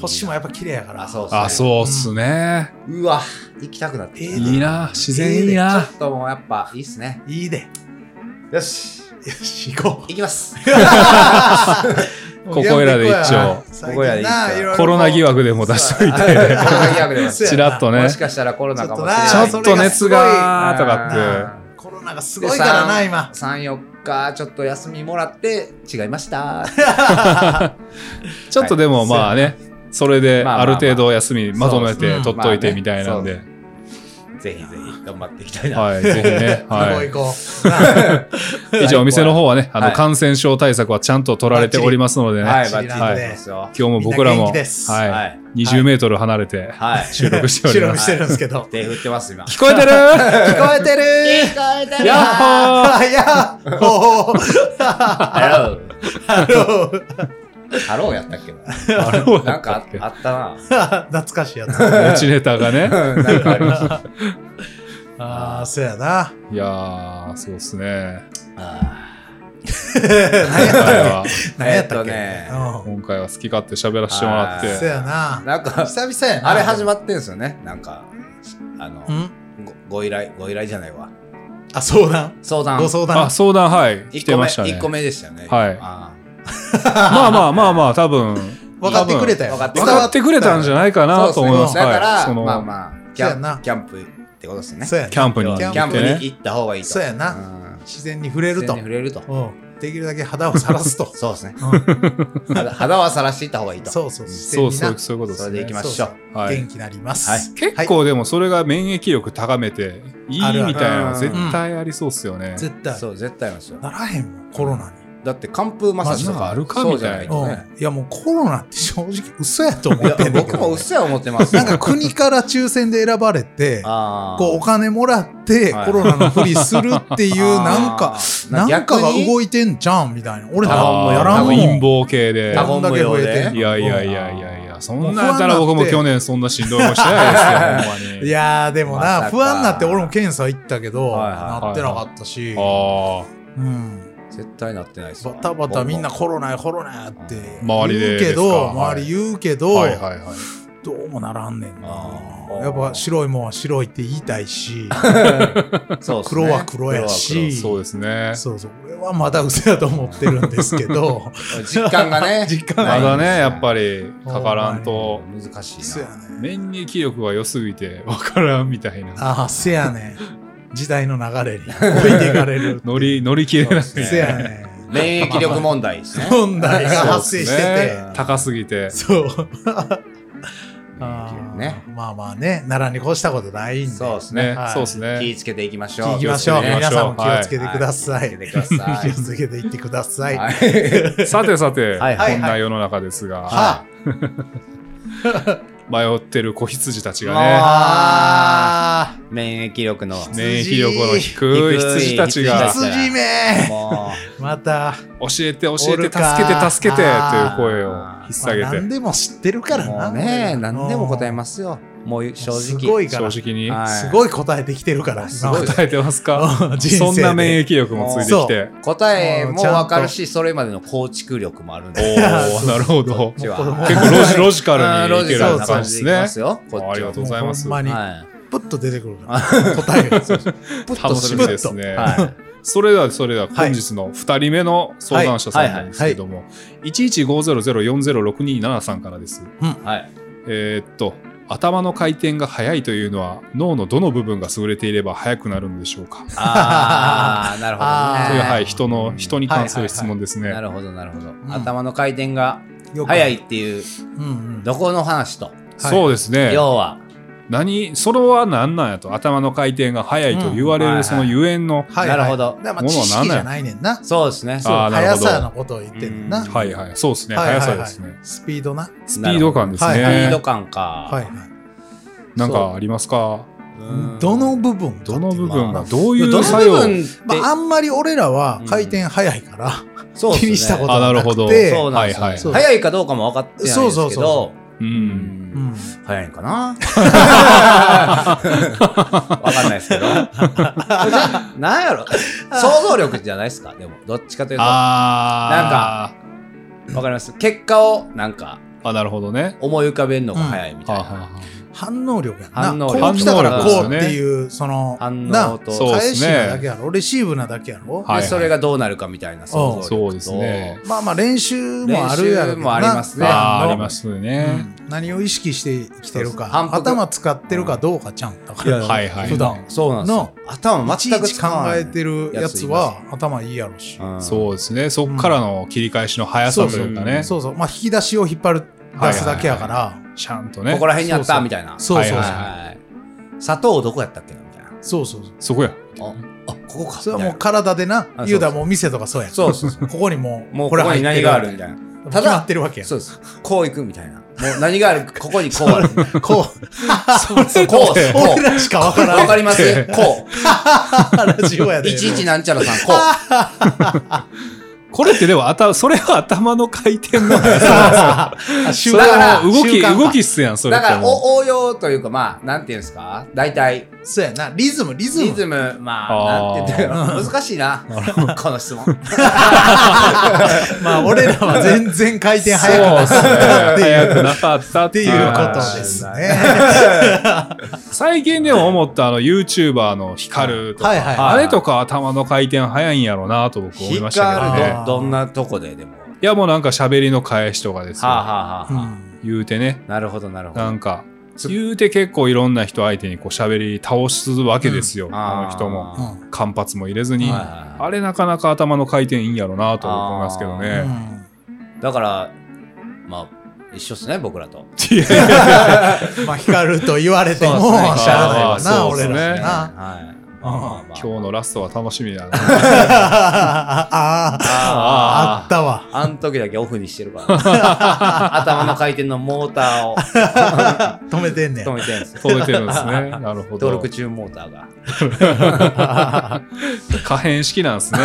[SPEAKER 2] 星もやっぱ綺麗やから
[SPEAKER 1] あそうっすね
[SPEAKER 3] あ、そうっすね。
[SPEAKER 1] うわ、行きたくなってきた。
[SPEAKER 2] ええで
[SPEAKER 3] いいな。自然いいな
[SPEAKER 1] ちょ。っともうやっぱいいっすね。
[SPEAKER 2] いいで
[SPEAKER 1] よし、
[SPEAKER 2] よし行 こう
[SPEAKER 1] 行きます。
[SPEAKER 3] ここいらで一丁
[SPEAKER 2] 最近な
[SPEAKER 1] ここいらで一丁
[SPEAKER 2] いろいろこう
[SPEAKER 3] コロナ疑惑でも出しといて、
[SPEAKER 1] コロナ疑惑で
[SPEAKER 2] そうやな
[SPEAKER 3] ちらっとね
[SPEAKER 1] もし。かしたらコロナかもしれ
[SPEAKER 2] ち
[SPEAKER 1] な
[SPEAKER 2] ょ
[SPEAKER 1] い。
[SPEAKER 2] っ
[SPEAKER 3] ちょっと熱がとかっ
[SPEAKER 2] コロナがすごいからな
[SPEAKER 1] で
[SPEAKER 2] 今
[SPEAKER 1] 三四日ちょっと休みもらって違いま した。
[SPEAKER 3] て、ちょっとでもまあね、それである程度休みまとめて取っといてみたいなんで、
[SPEAKER 1] ぜひぜひ頑張っていきたいな。
[SPEAKER 3] はい、ぜひね、は
[SPEAKER 2] 行
[SPEAKER 3] い。
[SPEAKER 2] こう行こうな
[SPEAKER 1] い
[SPEAKER 3] 以上、お店の方はね、あ
[SPEAKER 1] はい
[SPEAKER 3] の、感染症対策はちゃんと取られておりますのでね、
[SPEAKER 1] は
[SPEAKER 3] 今
[SPEAKER 1] い、バッチリで
[SPEAKER 2] はい
[SPEAKER 1] すよ。
[SPEAKER 3] 日も僕ら
[SPEAKER 2] みんな
[SPEAKER 3] も、
[SPEAKER 2] 元気です
[SPEAKER 1] は
[SPEAKER 3] はいい、20メートル離れて
[SPEAKER 1] はい。
[SPEAKER 3] 収録しており
[SPEAKER 2] 白
[SPEAKER 3] ま
[SPEAKER 2] 目
[SPEAKER 3] す。
[SPEAKER 2] してるんです けど
[SPEAKER 1] 手振ってます今。
[SPEAKER 3] 聞こえてる
[SPEAKER 2] 聞こえてる
[SPEAKER 1] こえて
[SPEAKER 2] ー
[SPEAKER 3] やっほー
[SPEAKER 2] あやっ ほー
[SPEAKER 1] ハロー。
[SPEAKER 2] あの
[SPEAKER 1] ハローやったっけな。
[SPEAKER 3] あれを
[SPEAKER 1] な
[SPEAKER 3] や
[SPEAKER 1] ん
[SPEAKER 3] った
[SPEAKER 1] か
[SPEAKER 3] っけ
[SPEAKER 1] ああったな。
[SPEAKER 2] 懐かしいやつ
[SPEAKER 3] 持ちネタがね。
[SPEAKER 1] うんなんかありました。
[SPEAKER 2] ああそうやない
[SPEAKER 3] やー、そうっすね。
[SPEAKER 1] あ
[SPEAKER 3] 今回
[SPEAKER 2] 何やったっ
[SPEAKER 3] は、
[SPEAKER 2] け何やったっけ
[SPEAKER 1] えっと
[SPEAKER 2] う
[SPEAKER 3] 今回は好き勝手喋らせてもらっ
[SPEAKER 2] んそう
[SPEAKER 3] て、
[SPEAKER 2] や
[SPEAKER 1] ー
[SPEAKER 2] な
[SPEAKER 1] なんか、
[SPEAKER 2] 久々やな
[SPEAKER 1] あれ始
[SPEAKER 2] ま
[SPEAKER 1] まってんすよね。なんか、あの、
[SPEAKER 2] ん
[SPEAKER 1] ごご依頼、ご依頼じゃないわ。
[SPEAKER 2] あ相談
[SPEAKER 1] 相談。
[SPEAKER 2] ご相談
[SPEAKER 3] あ、相談、はい、来
[SPEAKER 1] 一
[SPEAKER 3] て
[SPEAKER 1] 個目
[SPEAKER 3] ましたね
[SPEAKER 1] 一。個目でしたよね。
[SPEAKER 3] はい
[SPEAKER 1] あ
[SPEAKER 3] まあまあま あまあ、多分、
[SPEAKER 2] 分かってくれたよ
[SPEAKER 1] 分かって
[SPEAKER 3] 分かってくれたんじゃ
[SPEAKER 2] ない
[SPEAKER 3] ないか
[SPEAKER 1] あ
[SPEAKER 3] なと思います。
[SPEAKER 1] そうっねだか
[SPEAKER 3] はい、
[SPEAKER 1] ら、
[SPEAKER 3] その、
[SPEAKER 1] まあまあ、キャ
[SPEAKER 2] そうやな
[SPEAKER 1] ンキャンプってことですね。
[SPEAKER 2] そうや
[SPEAKER 3] キャンプに
[SPEAKER 1] 要
[SPEAKER 3] 行
[SPEAKER 1] はキ
[SPEAKER 3] って
[SPEAKER 1] ャンプ
[SPEAKER 3] ね。
[SPEAKER 1] に行った方がいいと。。
[SPEAKER 2] そうやなん自然に触れ
[SPEAKER 1] 自
[SPEAKER 2] る
[SPEAKER 1] 然
[SPEAKER 2] と
[SPEAKER 1] に触れると。
[SPEAKER 2] うんできるだけ肌をさらす と
[SPEAKER 1] そうですね。
[SPEAKER 2] うん
[SPEAKER 1] 肌肌はさらしていった方がいいと。
[SPEAKER 2] そうそう自
[SPEAKER 3] そう
[SPEAKER 2] 然に
[SPEAKER 3] そ
[SPEAKER 2] な
[SPEAKER 3] う、そういうことです
[SPEAKER 1] それで行
[SPEAKER 3] ね
[SPEAKER 1] き。ましょう。
[SPEAKER 3] はい
[SPEAKER 2] 元気になります
[SPEAKER 1] はい
[SPEAKER 3] 結構でもそれが免疫力高めていい
[SPEAKER 2] あるある
[SPEAKER 3] みたいな
[SPEAKER 1] うん
[SPEAKER 3] の絶対ありそうっすよね。
[SPEAKER 2] 絶
[SPEAKER 1] そう
[SPEAKER 2] 対
[SPEAKER 1] 絶対なんですよ。
[SPEAKER 2] ならへんもんコロナに
[SPEAKER 1] だって寒風摩擦と
[SPEAKER 3] ま
[SPEAKER 1] か
[SPEAKER 3] あなんかあるか
[SPEAKER 1] そうじゃない
[SPEAKER 3] み
[SPEAKER 1] と
[SPEAKER 2] う
[SPEAKER 1] ね。
[SPEAKER 2] んいやもうコロナって正直嘘やと思
[SPEAKER 1] いや
[SPEAKER 2] ってんだけ
[SPEAKER 1] 僕
[SPEAKER 2] ど
[SPEAKER 1] もうっすら思ってます
[SPEAKER 2] な
[SPEAKER 1] よ。
[SPEAKER 2] んか国から抽選で選ばれて
[SPEAKER 1] あー、
[SPEAKER 2] こうお金もらって
[SPEAKER 1] はい
[SPEAKER 2] コロナのふりするっていう なんか
[SPEAKER 1] あー
[SPEAKER 2] なんかが動
[SPEAKER 1] い
[SPEAKER 2] いてんじゃんみたいな俺
[SPEAKER 3] あ
[SPEAKER 2] なんかもう
[SPEAKER 3] ー
[SPEAKER 2] やらんもん
[SPEAKER 3] 陰謀系で。
[SPEAKER 1] 多分
[SPEAKER 2] こんだけ増えて
[SPEAKER 3] いやいやい
[SPEAKER 2] や
[SPEAKER 3] やいやいや、そんなんやったら僕も去年そんなしんどいもんしてないですよ、ほんまに。
[SPEAKER 2] いやーでも
[SPEAKER 1] まさ
[SPEAKER 2] な
[SPEAKER 1] か
[SPEAKER 2] 不安になって俺も検査行ったけど
[SPEAKER 1] はいはいはい
[SPEAKER 2] なってなかったし
[SPEAKER 3] あ
[SPEAKER 2] うん
[SPEAKER 1] 絶対なってないです
[SPEAKER 2] バ
[SPEAKER 1] わ
[SPEAKER 2] タバタみんなコロナやコロナやって
[SPEAKER 3] 周りで
[SPEAKER 2] 言うけ
[SPEAKER 3] ですか
[SPEAKER 2] ど
[SPEAKER 3] はい
[SPEAKER 2] 周り言うけ
[SPEAKER 3] あ。
[SPEAKER 2] ど
[SPEAKER 3] はいはいはい。
[SPEAKER 2] どうもならんねんな
[SPEAKER 1] あー
[SPEAKER 2] やっぱ白いもんは白いって言いた いし
[SPEAKER 1] そうっすね
[SPEAKER 2] 黒は黒やし
[SPEAKER 3] そうですね。
[SPEAKER 2] そうそう俺はまだ嘘やと思ってるんですけど
[SPEAKER 1] 実感がね
[SPEAKER 2] 実
[SPEAKER 3] ま
[SPEAKER 2] 感
[SPEAKER 3] だね、やっぱりかからんと。
[SPEAKER 1] 難し
[SPEAKER 2] せ
[SPEAKER 1] い
[SPEAKER 2] や
[SPEAKER 1] な
[SPEAKER 2] ね
[SPEAKER 3] 免疫力が良すぎて分からんみたいな。
[SPEAKER 2] ああせやねん時代の流れに置いていかれる
[SPEAKER 3] 乗り、乗り切れない。
[SPEAKER 1] そうです
[SPEAKER 2] せ
[SPEAKER 1] ね
[SPEAKER 2] やねん
[SPEAKER 1] 免疫力問題ですね
[SPEAKER 2] 問題が発生して
[SPEAKER 3] そうっす
[SPEAKER 2] て
[SPEAKER 3] ね高すぎて。
[SPEAKER 2] そう
[SPEAKER 1] 免疫力ね
[SPEAKER 2] あーまあまあね奈良に越したことないんで
[SPEAKER 1] そうですね
[SPEAKER 3] ね
[SPEAKER 2] は、い
[SPEAKER 3] そうです
[SPEAKER 1] 気
[SPEAKER 3] ね。
[SPEAKER 1] ぃつけていきましょう
[SPEAKER 2] 行きましょう。
[SPEAKER 3] 気をつけていきましょう
[SPEAKER 2] 皆さんも気をつけ
[SPEAKER 1] 気
[SPEAKER 2] て
[SPEAKER 1] をつ
[SPEAKER 2] ください。
[SPEAKER 1] 気をつけてくださ
[SPEAKER 2] 気
[SPEAKER 1] い
[SPEAKER 2] をつけていってください。
[SPEAKER 1] はい
[SPEAKER 3] さてさて、
[SPEAKER 1] はい
[SPEAKER 2] はい
[SPEAKER 3] こんな世の中ですが、
[SPEAKER 2] は
[SPEAKER 3] 迷ってる子羊たちが
[SPEAKER 1] あ
[SPEAKER 2] あ
[SPEAKER 1] 免疫力の
[SPEAKER 3] ね、免疫力の低い羊たち
[SPEAKER 1] ー
[SPEAKER 3] が、教
[SPEAKER 2] ー羊め
[SPEAKER 1] も
[SPEAKER 2] また、
[SPEAKER 3] えて教えて
[SPEAKER 2] おる
[SPEAKER 3] 助けて
[SPEAKER 2] か
[SPEAKER 3] 助けてという声を
[SPEAKER 1] あー
[SPEAKER 3] 引っ
[SPEAKER 2] まあ、
[SPEAKER 3] 提げて
[SPEAKER 2] 何、でも知ってるから
[SPEAKER 1] うも
[SPEAKER 2] な。
[SPEAKER 1] うね何でも答えますよもう正直。
[SPEAKER 2] すごいから。
[SPEAKER 3] 正
[SPEAKER 2] す
[SPEAKER 3] 直に。
[SPEAKER 1] はい
[SPEAKER 2] ごい答えてきてるから。
[SPEAKER 1] すごい
[SPEAKER 3] 答えてますか
[SPEAKER 2] 人生で
[SPEAKER 3] そんな免疫力もついてきて。
[SPEAKER 1] 答えも
[SPEAKER 2] ちゃんと
[SPEAKER 1] わかるし、それまでの構築力もあるん
[SPEAKER 3] お
[SPEAKER 1] で。
[SPEAKER 3] おなるほど。
[SPEAKER 1] 結
[SPEAKER 2] もうこれ
[SPEAKER 3] 結構ロジロジカ
[SPEAKER 1] あー
[SPEAKER 3] ル
[SPEAKER 1] ロ
[SPEAKER 3] にいけ
[SPEAKER 1] ジカ
[SPEAKER 3] る
[SPEAKER 1] ル
[SPEAKER 3] よ
[SPEAKER 1] な
[SPEAKER 3] うな
[SPEAKER 1] 感
[SPEAKER 3] 感
[SPEAKER 1] じ
[SPEAKER 3] じ
[SPEAKER 1] でいき
[SPEAKER 3] で
[SPEAKER 1] ますす
[SPEAKER 3] ね。
[SPEAKER 1] よ。こっちは
[SPEAKER 3] ありがとうございます
[SPEAKER 2] ほんまに、
[SPEAKER 1] は
[SPEAKER 2] プッと出てくるから。答えが。
[SPEAKER 1] い。プッと
[SPEAKER 3] 楽
[SPEAKER 1] す
[SPEAKER 3] し
[SPEAKER 1] る
[SPEAKER 3] みですね。
[SPEAKER 1] は
[SPEAKER 3] それではそれでは
[SPEAKER 2] はい
[SPEAKER 3] 本日の2人目の相談者さんなんですけども、11500406273からです。
[SPEAKER 1] い。はい。
[SPEAKER 3] えーっと、頭の回転が速いというのは脳のどの部分が優れていれば速くなるんでしょうか
[SPEAKER 1] ああ、なる
[SPEAKER 2] あー
[SPEAKER 3] という、は
[SPEAKER 1] ほ
[SPEAKER 3] い、人の、人に関する質問です
[SPEAKER 1] どね。な
[SPEAKER 3] ね。
[SPEAKER 1] るほど、なるほど
[SPEAKER 2] ん。
[SPEAKER 1] 頭の回転が
[SPEAKER 2] よく
[SPEAKER 1] 早い。っていう、
[SPEAKER 2] うんうん。
[SPEAKER 1] どこの話と。
[SPEAKER 3] そうですね。
[SPEAKER 1] 要は、
[SPEAKER 3] 何、それは何なんやと、頭の回転が速いと言われ
[SPEAKER 1] うんはいは
[SPEAKER 3] る
[SPEAKER 1] い
[SPEAKER 3] そのゆえんの、
[SPEAKER 2] はい
[SPEAKER 1] なるほど
[SPEAKER 2] だからまあ知識じゃないねんな。
[SPEAKER 1] そうですね。
[SPEAKER 2] そう
[SPEAKER 3] あーなる
[SPEAKER 2] 速
[SPEAKER 3] ほど
[SPEAKER 2] さのことを言ってんな
[SPEAKER 1] うん。
[SPEAKER 3] はいはい、そうですね、
[SPEAKER 2] はいはい
[SPEAKER 3] 速さ
[SPEAKER 2] はい
[SPEAKER 3] ですね。
[SPEAKER 2] スピードな。
[SPEAKER 3] スピード感ですね。
[SPEAKER 1] スピ
[SPEAKER 2] なるほど
[SPEAKER 1] ード感か。
[SPEAKER 2] はいはい。
[SPEAKER 3] なんかありますか
[SPEAKER 1] うん
[SPEAKER 2] どの部分かってい
[SPEAKER 3] ど
[SPEAKER 2] う
[SPEAKER 3] の部分が
[SPEAKER 2] ま
[SPEAKER 3] どうい
[SPEAKER 1] ど
[SPEAKER 3] う
[SPEAKER 1] の
[SPEAKER 3] 作
[SPEAKER 1] 部
[SPEAKER 3] 用
[SPEAKER 1] 分って、
[SPEAKER 2] あまあ、あんまり俺らは回転早いから、
[SPEAKER 1] そうっす
[SPEAKER 2] 気
[SPEAKER 1] ね
[SPEAKER 2] にしたこと
[SPEAKER 3] あ
[SPEAKER 2] が
[SPEAKER 3] な
[SPEAKER 2] な
[SPEAKER 3] る
[SPEAKER 2] く
[SPEAKER 3] ほど
[SPEAKER 2] て、
[SPEAKER 1] そうなんですよ
[SPEAKER 3] はいはい
[SPEAKER 2] そう
[SPEAKER 1] 早いかどうかも分かってないんで
[SPEAKER 2] そう
[SPEAKER 1] すけ
[SPEAKER 2] そうそ
[SPEAKER 1] ど、
[SPEAKER 3] う。
[SPEAKER 1] うんん
[SPEAKER 2] うん
[SPEAKER 1] 早いんかなわかんないですけど。なんやろ想像力じゃないですかでも、どっちかというと。わ
[SPEAKER 3] あー。
[SPEAKER 1] かります結果を、なんか、
[SPEAKER 3] あ、なるほどね。
[SPEAKER 1] 思い浮かべるのが早いみたい
[SPEAKER 3] はあ
[SPEAKER 1] な。
[SPEAKER 3] はあはあ
[SPEAKER 2] 反応力やんな。
[SPEAKER 1] 反応力
[SPEAKER 2] こう来たから
[SPEAKER 1] 反応力です
[SPEAKER 3] よ
[SPEAKER 2] こうって
[SPEAKER 3] ね
[SPEAKER 2] いう、その、
[SPEAKER 1] 反
[SPEAKER 2] な
[SPEAKER 1] 応と、
[SPEAKER 3] そうっ
[SPEAKER 2] 返
[SPEAKER 3] すね
[SPEAKER 2] しなだけやろ。レシーブなだけやろ。
[SPEAKER 3] はいはい
[SPEAKER 1] でそれがどうなるかみたいな想像力と。
[SPEAKER 3] そうですね。
[SPEAKER 2] まあまあ練習もあるやろう
[SPEAKER 1] 練習
[SPEAKER 2] けどな、
[SPEAKER 1] もありますね
[SPEAKER 3] あーありますす
[SPEAKER 2] う
[SPEAKER 3] ね。
[SPEAKER 2] ん何を意識してきてる
[SPEAKER 1] そうそう
[SPEAKER 2] か
[SPEAKER 1] 反復
[SPEAKER 2] 頭使ってるかどうかちゃんだか
[SPEAKER 1] いや
[SPEAKER 2] ら
[SPEAKER 3] はいはい
[SPEAKER 2] 普段
[SPEAKER 1] そうなんですよ。頭
[SPEAKER 2] いち
[SPEAKER 1] 全
[SPEAKER 2] い
[SPEAKER 1] く
[SPEAKER 2] ち考
[SPEAKER 1] 使わない
[SPEAKER 2] えてるやつは頭いいやろし、
[SPEAKER 1] うん
[SPEAKER 3] そうですね。そっからの切り返しの速さというかね。
[SPEAKER 2] そうそうまあ引き出しを引っ張る出すだけやから、
[SPEAKER 3] ちゃんとね
[SPEAKER 1] ここ。ら辺にあっ
[SPEAKER 2] そうそ
[SPEAKER 1] た
[SPEAKER 2] う
[SPEAKER 1] みたいな。
[SPEAKER 2] そうそうそう、
[SPEAKER 3] はい
[SPEAKER 1] は
[SPEAKER 3] はい
[SPEAKER 1] いはい。砂糖どこやったっけなみたいな。
[SPEAKER 2] そうそうそう
[SPEAKER 3] そこや。
[SPEAKER 1] あ、あここか。
[SPEAKER 2] それはも
[SPEAKER 1] み
[SPEAKER 2] う
[SPEAKER 1] たい
[SPEAKER 2] 体でな
[SPEAKER 1] そう
[SPEAKER 2] 言うたらもう店とかそうやん
[SPEAKER 1] そうそうそ
[SPEAKER 2] ここにも
[SPEAKER 1] な
[SPEAKER 2] う
[SPEAKER 1] もうここに何があるみたいな。
[SPEAKER 2] た
[SPEAKER 1] ただ
[SPEAKER 2] だってるわけやん
[SPEAKER 1] そうです。こう行くみたいな。もう何がある、ここにこうある。こ う、
[SPEAKER 2] こう
[SPEAKER 1] こう、こ
[SPEAKER 2] 俺らしかわか
[SPEAKER 1] う。わ
[SPEAKER 2] ら
[SPEAKER 1] かりますこ
[SPEAKER 2] んラジオや
[SPEAKER 1] う。
[SPEAKER 2] で
[SPEAKER 1] いちいちなんちゃらさん、こう。
[SPEAKER 3] これってでも、あた、それは頭の回転の。
[SPEAKER 2] あ習
[SPEAKER 3] そ
[SPEAKER 2] 慣
[SPEAKER 3] れ
[SPEAKER 1] だから
[SPEAKER 3] は動
[SPEAKER 2] 習
[SPEAKER 3] き、
[SPEAKER 2] 慣化
[SPEAKER 3] 動きっすやん、それ
[SPEAKER 1] だ
[SPEAKER 3] って
[SPEAKER 1] から、
[SPEAKER 3] も
[SPEAKER 1] お応用というか、まあ、なんていうんですか大体、
[SPEAKER 2] そうやなリズムリズム
[SPEAKER 1] リズム、まあ、
[SPEAKER 3] あー
[SPEAKER 1] なんて言ったら難しいな。この質問。
[SPEAKER 2] まあ、俺らは全然回転早く
[SPEAKER 3] そう
[SPEAKER 2] な
[SPEAKER 3] っ
[SPEAKER 2] っ
[SPEAKER 3] す
[SPEAKER 2] た
[SPEAKER 3] ね。
[SPEAKER 2] っていう
[SPEAKER 3] 早くなかったっ
[SPEAKER 2] って
[SPEAKER 3] て
[SPEAKER 2] い
[SPEAKER 3] いうう
[SPEAKER 2] こ
[SPEAKER 3] ことと。
[SPEAKER 2] ですね。
[SPEAKER 3] 最近でも思った、あの、YouTuber の光ると
[SPEAKER 2] はいはい
[SPEAKER 3] か、あれとか頭の回転早いんやろうなと僕思いましたけど
[SPEAKER 1] 光
[SPEAKER 3] ね
[SPEAKER 1] る。ど、どんなとこで、でも。は
[SPEAKER 3] はいやもうなんか喋りの返しとかです
[SPEAKER 1] あ
[SPEAKER 3] よ、
[SPEAKER 1] はあはあ。
[SPEAKER 3] 言うてね
[SPEAKER 1] なるほど、なるほど。
[SPEAKER 3] なんか言うて結構いろんな人相手にこう喋り倒すわけですよ、
[SPEAKER 1] ん
[SPEAKER 3] あの人
[SPEAKER 1] あ
[SPEAKER 3] も
[SPEAKER 1] ー
[SPEAKER 2] うん
[SPEAKER 3] 間髪も入れずに、
[SPEAKER 1] はいはいはい
[SPEAKER 3] あれなかなか頭の回転いいんやろうなと思いますけど
[SPEAKER 2] う
[SPEAKER 3] ね
[SPEAKER 2] ん
[SPEAKER 1] だから、まあ、一緒っすね、僕らと。
[SPEAKER 3] いやいやいや
[SPEAKER 2] まあ、光ると言われて も、
[SPEAKER 1] そうですね
[SPEAKER 2] しゃあないわな、
[SPEAKER 3] そうで
[SPEAKER 2] 俺
[SPEAKER 3] すね
[SPEAKER 2] ら
[SPEAKER 1] ね
[SPEAKER 2] もな。
[SPEAKER 1] はい。まあまあまあ
[SPEAKER 3] 今日のラストは楽しみだな
[SPEAKER 2] ああ、
[SPEAKER 1] あ
[SPEAKER 2] あったわ。
[SPEAKER 1] あ、あん時だけオフにしてるから。頭の回転のモーターを
[SPEAKER 2] 止めてんねん
[SPEAKER 1] 止。めてるんですよ。
[SPEAKER 3] 止めてるんで すねなるほ
[SPEAKER 1] 登
[SPEAKER 3] ど
[SPEAKER 1] 録中モーターが。
[SPEAKER 3] 可変式なんですね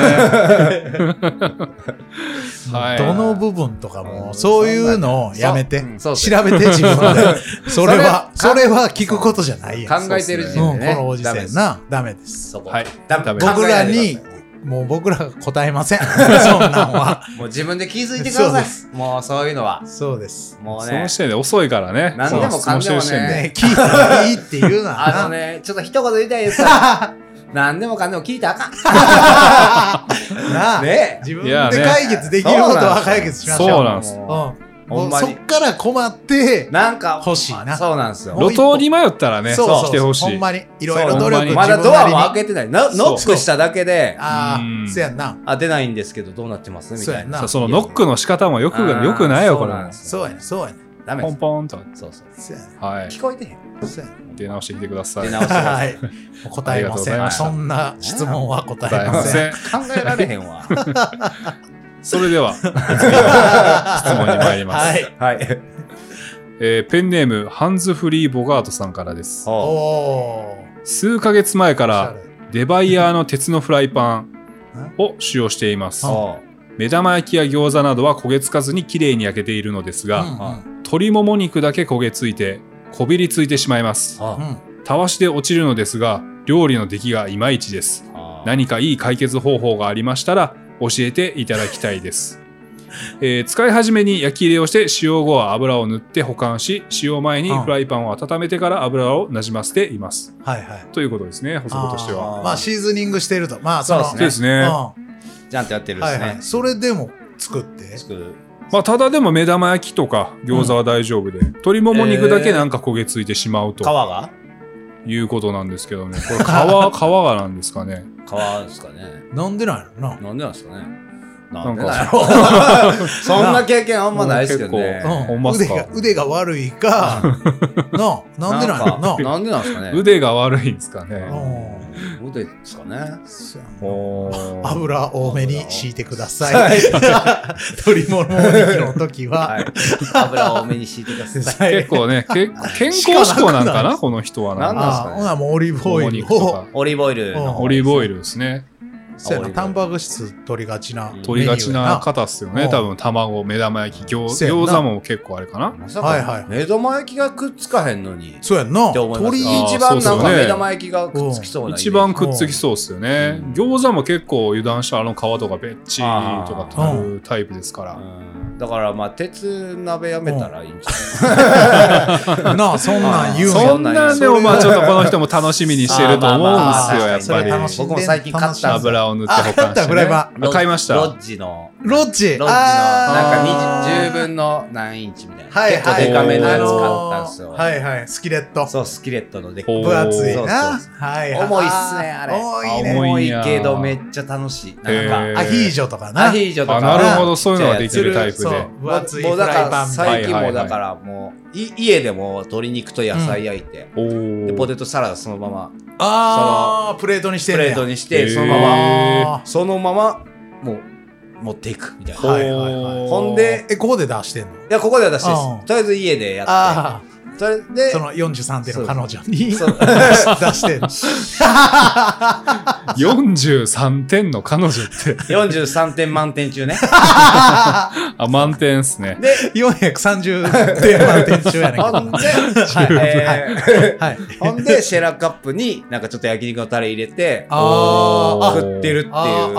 [SPEAKER 3] はい
[SPEAKER 2] どの部分とかも、そういうのをやめて
[SPEAKER 1] そ。う
[SPEAKER 2] 調
[SPEAKER 1] そう
[SPEAKER 2] べて、自分で。それは、そ
[SPEAKER 1] それ
[SPEAKER 2] れは聞くことじゃないやん。
[SPEAKER 1] 考えてる時
[SPEAKER 2] う
[SPEAKER 1] 点
[SPEAKER 2] んこ
[SPEAKER 1] でね。
[SPEAKER 2] のおじさ
[SPEAKER 1] ダメ
[SPEAKER 2] ん
[SPEAKER 1] です。
[SPEAKER 2] な、ダメです。
[SPEAKER 1] そこ。
[SPEAKER 3] はい
[SPEAKER 1] ダメ
[SPEAKER 3] ダメです
[SPEAKER 1] 考
[SPEAKER 2] 僕
[SPEAKER 1] えな
[SPEAKER 2] ら
[SPEAKER 1] いで
[SPEAKER 2] に
[SPEAKER 1] ください、
[SPEAKER 2] もう僕らが答えません。そ んなんは。
[SPEAKER 1] もう自分で気づいてくだ
[SPEAKER 2] そう
[SPEAKER 1] さ
[SPEAKER 2] で
[SPEAKER 1] い。もうそういうのは。
[SPEAKER 2] そうです。
[SPEAKER 1] もう
[SPEAKER 3] その
[SPEAKER 1] ね。
[SPEAKER 3] 時点で遅いからね
[SPEAKER 1] 何でもかんでもね
[SPEAKER 3] その質問してる時点で
[SPEAKER 2] ね、聞いてもいいって言うな
[SPEAKER 1] あ
[SPEAKER 2] ら
[SPEAKER 1] の
[SPEAKER 2] な。
[SPEAKER 1] ね、ちょっと一言言いたいですから。何でもかんでも聞いたらあか
[SPEAKER 2] なあ
[SPEAKER 1] ん。ね
[SPEAKER 2] 自分
[SPEAKER 3] いや
[SPEAKER 2] で
[SPEAKER 3] ね
[SPEAKER 2] 解決できることは解決しましょう。
[SPEAKER 3] そうなんです
[SPEAKER 1] も
[SPEAKER 2] うんも
[SPEAKER 1] ほ
[SPEAKER 2] うん
[SPEAKER 1] ま
[SPEAKER 2] そ
[SPEAKER 1] に
[SPEAKER 2] っから困って
[SPEAKER 1] う、なんか、
[SPEAKER 2] 欲しいな
[SPEAKER 1] そうなんですよ。
[SPEAKER 3] 路頭に迷ったらね
[SPEAKER 2] そうそう
[SPEAKER 3] 来てほし
[SPEAKER 2] ほ
[SPEAKER 3] い
[SPEAKER 2] んまに、いろいろ努
[SPEAKER 3] ほん
[SPEAKER 2] 力
[SPEAKER 1] まだドアも
[SPEAKER 2] け
[SPEAKER 1] 開けてない。なノックしただけで、
[SPEAKER 2] あ
[SPEAKER 3] う
[SPEAKER 2] あ、
[SPEAKER 3] ん
[SPEAKER 2] そうやんな。
[SPEAKER 1] あ、出ないんですけど、どうなってますみ
[SPEAKER 2] そう
[SPEAKER 1] た
[SPEAKER 2] や
[SPEAKER 1] い
[SPEAKER 2] ん
[SPEAKER 1] な。
[SPEAKER 2] な
[SPEAKER 3] そう。そのノックの仕方もよくよくないよこれ
[SPEAKER 1] あーそうなんです
[SPEAKER 2] そうやね、そうやね。
[SPEAKER 1] ダメ
[SPEAKER 3] ポ
[SPEAKER 1] で
[SPEAKER 3] ン
[SPEAKER 1] す。
[SPEAKER 3] ポンと
[SPEAKER 1] そうそう。
[SPEAKER 2] そうやね。
[SPEAKER 3] はい
[SPEAKER 1] 聞こえてへん。
[SPEAKER 2] そうやね。
[SPEAKER 3] 出直してきてください
[SPEAKER 1] 出直してくださ。
[SPEAKER 2] はいい。もう
[SPEAKER 3] あ
[SPEAKER 2] 答えませ
[SPEAKER 3] りがとうござい
[SPEAKER 2] ん。
[SPEAKER 3] ました
[SPEAKER 2] そんな質問は
[SPEAKER 3] ご
[SPEAKER 2] 答
[SPEAKER 3] ざ
[SPEAKER 2] え
[SPEAKER 3] い
[SPEAKER 2] ま
[SPEAKER 3] ま
[SPEAKER 2] せん。
[SPEAKER 3] せん
[SPEAKER 1] 考えられ へんわ。
[SPEAKER 3] それ では次の質問に参ります、
[SPEAKER 2] はい。
[SPEAKER 1] はい。
[SPEAKER 3] えーペンネームハンズ・フリー・ボガートさんからです
[SPEAKER 2] お
[SPEAKER 1] ほ
[SPEAKER 2] おー。
[SPEAKER 3] 数ヶ月前か
[SPEAKER 2] おしゃ
[SPEAKER 3] ら
[SPEAKER 2] れ
[SPEAKER 3] デバイヤーの鉄のフライパンを使用していま
[SPEAKER 1] う
[SPEAKER 3] す
[SPEAKER 1] ほ
[SPEAKER 3] 目玉焼きや餃子などは焦げつかずに綺麗に焼けているのですが、
[SPEAKER 2] うんうん
[SPEAKER 3] 鶏もも肉だけ焦げついてこびりついてしまいます。
[SPEAKER 1] あ
[SPEAKER 2] うん
[SPEAKER 3] たわしで落ちるのですが、料理の出来がいまいちです。
[SPEAKER 1] あ
[SPEAKER 3] 何かいい解決方法がありましたら教えていただきたいです、えー使い始めに焼き入れをして使用後は油を塗って保管し使用前に
[SPEAKER 2] うん
[SPEAKER 3] フライパンを温めてから油をなじませています
[SPEAKER 2] はいはい。
[SPEAKER 3] ということですね補足としては
[SPEAKER 1] あー
[SPEAKER 2] まあシーズニングしてると。まあその。
[SPEAKER 3] そうですね、
[SPEAKER 2] うん
[SPEAKER 1] じゃんってやってるんで
[SPEAKER 2] は
[SPEAKER 1] す
[SPEAKER 2] い
[SPEAKER 1] ね。
[SPEAKER 2] はい。それでも作って。
[SPEAKER 1] 作る
[SPEAKER 3] まあ、ただでも目玉焼きとか餃子は大丈夫で、鶏もも肉だけなんか焦げついてしまう
[SPEAKER 1] 皮
[SPEAKER 3] と
[SPEAKER 1] が
[SPEAKER 3] いうことなんですけど ねこれ皮皮がなんですかね
[SPEAKER 1] 皮ですかね。
[SPEAKER 2] なんでないのな。
[SPEAKER 1] なんでなんですかね。な
[SPEAKER 3] なんん
[SPEAKER 1] で
[SPEAKER 3] か
[SPEAKER 1] なんやろ そんな経験あんまないですけどね。
[SPEAKER 3] もう結構ほんまっす
[SPEAKER 2] 腕
[SPEAKER 3] か
[SPEAKER 2] が腕が悪いか。 なあなんでないの
[SPEAKER 1] な
[SPEAKER 2] なん
[SPEAKER 1] か。なんでなんですかね。
[SPEAKER 3] 腕が悪いんですかね
[SPEAKER 2] うん
[SPEAKER 1] 腕ですかね。
[SPEAKER 2] そうやな
[SPEAKER 3] おー
[SPEAKER 2] 油多めに敷いてください。 鶏もも肉の時は。
[SPEAKER 1] はい。油を多めに敷いてください。
[SPEAKER 2] はい
[SPEAKER 3] 結構ねけ健康志向なんかなこの人は
[SPEAKER 1] なんなんすか
[SPEAKER 2] あ
[SPEAKER 1] ね
[SPEAKER 2] あ、ほなもうオリーブオイル
[SPEAKER 3] もも肉と
[SPEAKER 2] を
[SPEAKER 3] か。
[SPEAKER 1] オリーブオイルの方
[SPEAKER 3] オリーブオイ
[SPEAKER 1] ル。
[SPEAKER 3] ルですね。
[SPEAKER 2] そうや
[SPEAKER 1] オ
[SPEAKER 2] な
[SPEAKER 1] リーブ
[SPEAKER 2] タンパク質取りがちな。
[SPEAKER 1] うん
[SPEAKER 3] 取りがちな方っすよね。
[SPEAKER 2] メニュー
[SPEAKER 3] 多
[SPEAKER 2] やな
[SPEAKER 3] 分卵、目玉焼き、餃
[SPEAKER 2] せやな
[SPEAKER 3] 餃子も結構あれかな。
[SPEAKER 1] まさ
[SPEAKER 2] はいは
[SPEAKER 1] か
[SPEAKER 2] い
[SPEAKER 1] 目玉焼きがくっつかへんのに。っ
[SPEAKER 2] そうやんな。
[SPEAKER 1] て思います
[SPEAKER 2] 鳥
[SPEAKER 1] よ。
[SPEAKER 3] あー
[SPEAKER 1] 一番なん
[SPEAKER 3] そう
[SPEAKER 1] か
[SPEAKER 3] そうね
[SPEAKER 1] 目玉焼きがくっつきそうなイメージ。
[SPEAKER 3] 一番くっつきそうっすよね
[SPEAKER 1] うん。
[SPEAKER 3] 餃子も結構油断したあの皮とかべっちりとか
[SPEAKER 2] あー
[SPEAKER 3] 取るタイプですから。
[SPEAKER 1] うん。だからまあ鉄鍋やめたらいいんじゃない
[SPEAKER 2] なあ、そんなん言うんや
[SPEAKER 3] そんなんでもまあちょっとこの人も楽しみにしてると思う
[SPEAKER 1] あー
[SPEAKER 3] ん
[SPEAKER 1] まあまあ
[SPEAKER 3] ですよ、
[SPEAKER 1] まあ
[SPEAKER 3] やっ
[SPEAKER 2] 楽
[SPEAKER 3] ぱ
[SPEAKER 2] し
[SPEAKER 3] り。
[SPEAKER 2] い
[SPEAKER 1] 僕も最近買ったんですよ。
[SPEAKER 3] 油を塗って保管
[SPEAKER 2] あ買
[SPEAKER 3] し
[SPEAKER 2] っ
[SPEAKER 3] て
[SPEAKER 2] た
[SPEAKER 3] ね。
[SPEAKER 2] フライパ
[SPEAKER 3] あ買いまし
[SPEAKER 1] ロッ
[SPEAKER 3] た。
[SPEAKER 1] ジの。
[SPEAKER 2] ロッチ
[SPEAKER 1] ロッジのなん
[SPEAKER 2] あ
[SPEAKER 1] か
[SPEAKER 2] ー
[SPEAKER 1] 20分の何インチみたいな、
[SPEAKER 2] はいはい。
[SPEAKER 1] 結構デカめのやつ買ったんですよ、
[SPEAKER 2] あのーはいはい。スキレット。
[SPEAKER 1] そうスキレットのでっか
[SPEAKER 3] ほ
[SPEAKER 1] い
[SPEAKER 3] おう
[SPEAKER 2] 分厚い
[SPEAKER 1] そう
[SPEAKER 2] な。
[SPEAKER 1] そう
[SPEAKER 2] はいはい。
[SPEAKER 1] 重いっすねあれ
[SPEAKER 2] 重いね。
[SPEAKER 3] 重
[SPEAKER 1] 重
[SPEAKER 3] い
[SPEAKER 1] い
[SPEAKER 3] や
[SPEAKER 1] けどめっちゃ楽しいなん
[SPEAKER 3] へ
[SPEAKER 1] か
[SPEAKER 3] ー
[SPEAKER 2] アヒージョとかな。
[SPEAKER 1] アヒージョと
[SPEAKER 3] あ、
[SPEAKER 1] か
[SPEAKER 3] なるほど。そういうのができるタイプ
[SPEAKER 2] そう
[SPEAKER 3] で。
[SPEAKER 2] 分厚い
[SPEAKER 1] もう
[SPEAKER 2] フ
[SPEAKER 1] もうだ
[SPEAKER 2] ライ
[SPEAKER 1] から
[SPEAKER 2] パンみたい
[SPEAKER 1] 最近
[SPEAKER 3] は
[SPEAKER 1] も
[SPEAKER 3] い
[SPEAKER 1] だ
[SPEAKER 3] はいはい
[SPEAKER 1] からもうい家でも鶏肉と野菜焼いて、
[SPEAKER 3] お
[SPEAKER 1] でポ
[SPEAKER 3] ー
[SPEAKER 1] テトサラダそのまま
[SPEAKER 2] な。あー、プレートにして
[SPEAKER 1] プ
[SPEAKER 2] んね
[SPEAKER 1] レ
[SPEAKER 2] や
[SPEAKER 1] ートにして
[SPEAKER 3] へー
[SPEAKER 1] そのまま
[SPEAKER 2] あ
[SPEAKER 1] そのままもう持っていくみたいな
[SPEAKER 2] ーはいはいはい。
[SPEAKER 3] おー
[SPEAKER 1] ほんで
[SPEAKER 2] え、ここで出してんの
[SPEAKER 1] いやここでは私で
[SPEAKER 2] うん
[SPEAKER 1] すとりあえず家でや
[SPEAKER 2] あ
[SPEAKER 1] ってそれ
[SPEAKER 2] あ、
[SPEAKER 1] で
[SPEAKER 2] その43点の彼女に出
[SPEAKER 1] そう
[SPEAKER 2] してんの。
[SPEAKER 3] 43点の彼女って、
[SPEAKER 1] 43点満点中ね。
[SPEAKER 3] あ、満点っすね。
[SPEAKER 2] 430点満点中やねんけ
[SPEAKER 1] ほ
[SPEAKER 2] ど
[SPEAKER 1] んで、え
[SPEAKER 2] はい。
[SPEAKER 1] ーほんで、シェラカップになんかちょっと焼肉のタレ入れて、
[SPEAKER 2] あーあ、
[SPEAKER 1] 食ってるっていう。
[SPEAKER 2] あーあー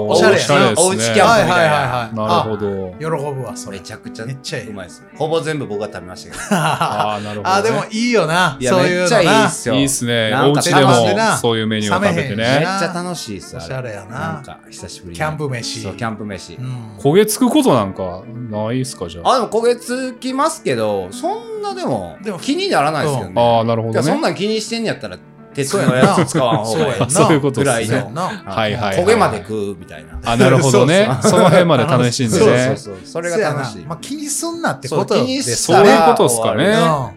[SPEAKER 1] お
[SPEAKER 2] おしゃれや
[SPEAKER 1] お
[SPEAKER 2] な
[SPEAKER 3] っすね
[SPEAKER 1] おうちキャンプみたいな。
[SPEAKER 2] はいはいはいはい。
[SPEAKER 3] なるほど。
[SPEAKER 2] ど。喜ぶわ、それ
[SPEAKER 1] め。ちゃくちゃ
[SPEAKER 2] めっちゃいいう
[SPEAKER 1] まいです。ほぼ全部僕が食べましたけど。
[SPEAKER 2] あ
[SPEAKER 3] あー、なるほどね。
[SPEAKER 2] ー、でもいいよな。
[SPEAKER 1] いや、
[SPEAKER 2] そうい
[SPEAKER 1] めっ
[SPEAKER 2] う
[SPEAKER 1] ちゃいいっ
[SPEAKER 2] のな。
[SPEAKER 1] すよ。
[SPEAKER 3] いい
[SPEAKER 1] め
[SPEAKER 3] っ
[SPEAKER 1] っ
[SPEAKER 3] すね。
[SPEAKER 1] なん
[SPEAKER 3] お
[SPEAKER 1] か
[SPEAKER 3] 家で
[SPEAKER 2] 楽しいな
[SPEAKER 3] もそういうメニューを食べて
[SPEAKER 2] 冷めへんし
[SPEAKER 3] ね
[SPEAKER 2] な。
[SPEAKER 1] ちゃ楽しいっす。
[SPEAKER 2] お
[SPEAKER 1] あれ
[SPEAKER 2] しゃれや
[SPEAKER 1] なん
[SPEAKER 2] な。
[SPEAKER 1] か、久しぶりに。
[SPEAKER 2] キャンプ飯。
[SPEAKER 1] そう、キャンプ飯
[SPEAKER 2] う。ん
[SPEAKER 3] 焦げつくことなんかないっすかじゃあ。
[SPEAKER 1] あ、でも焦げつきますけど、そんなでも
[SPEAKER 2] でも、
[SPEAKER 1] 気にならないですよね。
[SPEAKER 3] ああ、なるほ
[SPEAKER 1] い
[SPEAKER 3] ど
[SPEAKER 1] やそん
[SPEAKER 3] ね。
[SPEAKER 1] なん気にしてんやったら、鉄のやつ使わん方
[SPEAKER 2] そう
[SPEAKER 1] が
[SPEAKER 2] や
[SPEAKER 1] いい
[SPEAKER 2] んな。。
[SPEAKER 3] そういうこと
[SPEAKER 1] ぐ
[SPEAKER 3] です
[SPEAKER 1] らいの。
[SPEAKER 3] ね
[SPEAKER 2] な。
[SPEAKER 3] はいはいはい。
[SPEAKER 1] 焦げまで食うみたいな。
[SPEAKER 3] あ、なるほどね。
[SPEAKER 1] そう
[SPEAKER 3] その辺まで楽しん
[SPEAKER 1] そ
[SPEAKER 3] で
[SPEAKER 1] う
[SPEAKER 3] ね。
[SPEAKER 1] そうそう。それが楽し
[SPEAKER 2] そうや
[SPEAKER 1] い
[SPEAKER 2] な。まあ気にすんなって
[SPEAKER 1] そ
[SPEAKER 2] こ
[SPEAKER 1] う
[SPEAKER 2] と
[SPEAKER 1] 気に
[SPEAKER 2] で
[SPEAKER 1] し
[SPEAKER 2] す
[SPEAKER 1] た
[SPEAKER 3] そういう
[SPEAKER 1] ら
[SPEAKER 3] ことっすかね
[SPEAKER 1] 終わ
[SPEAKER 2] うんも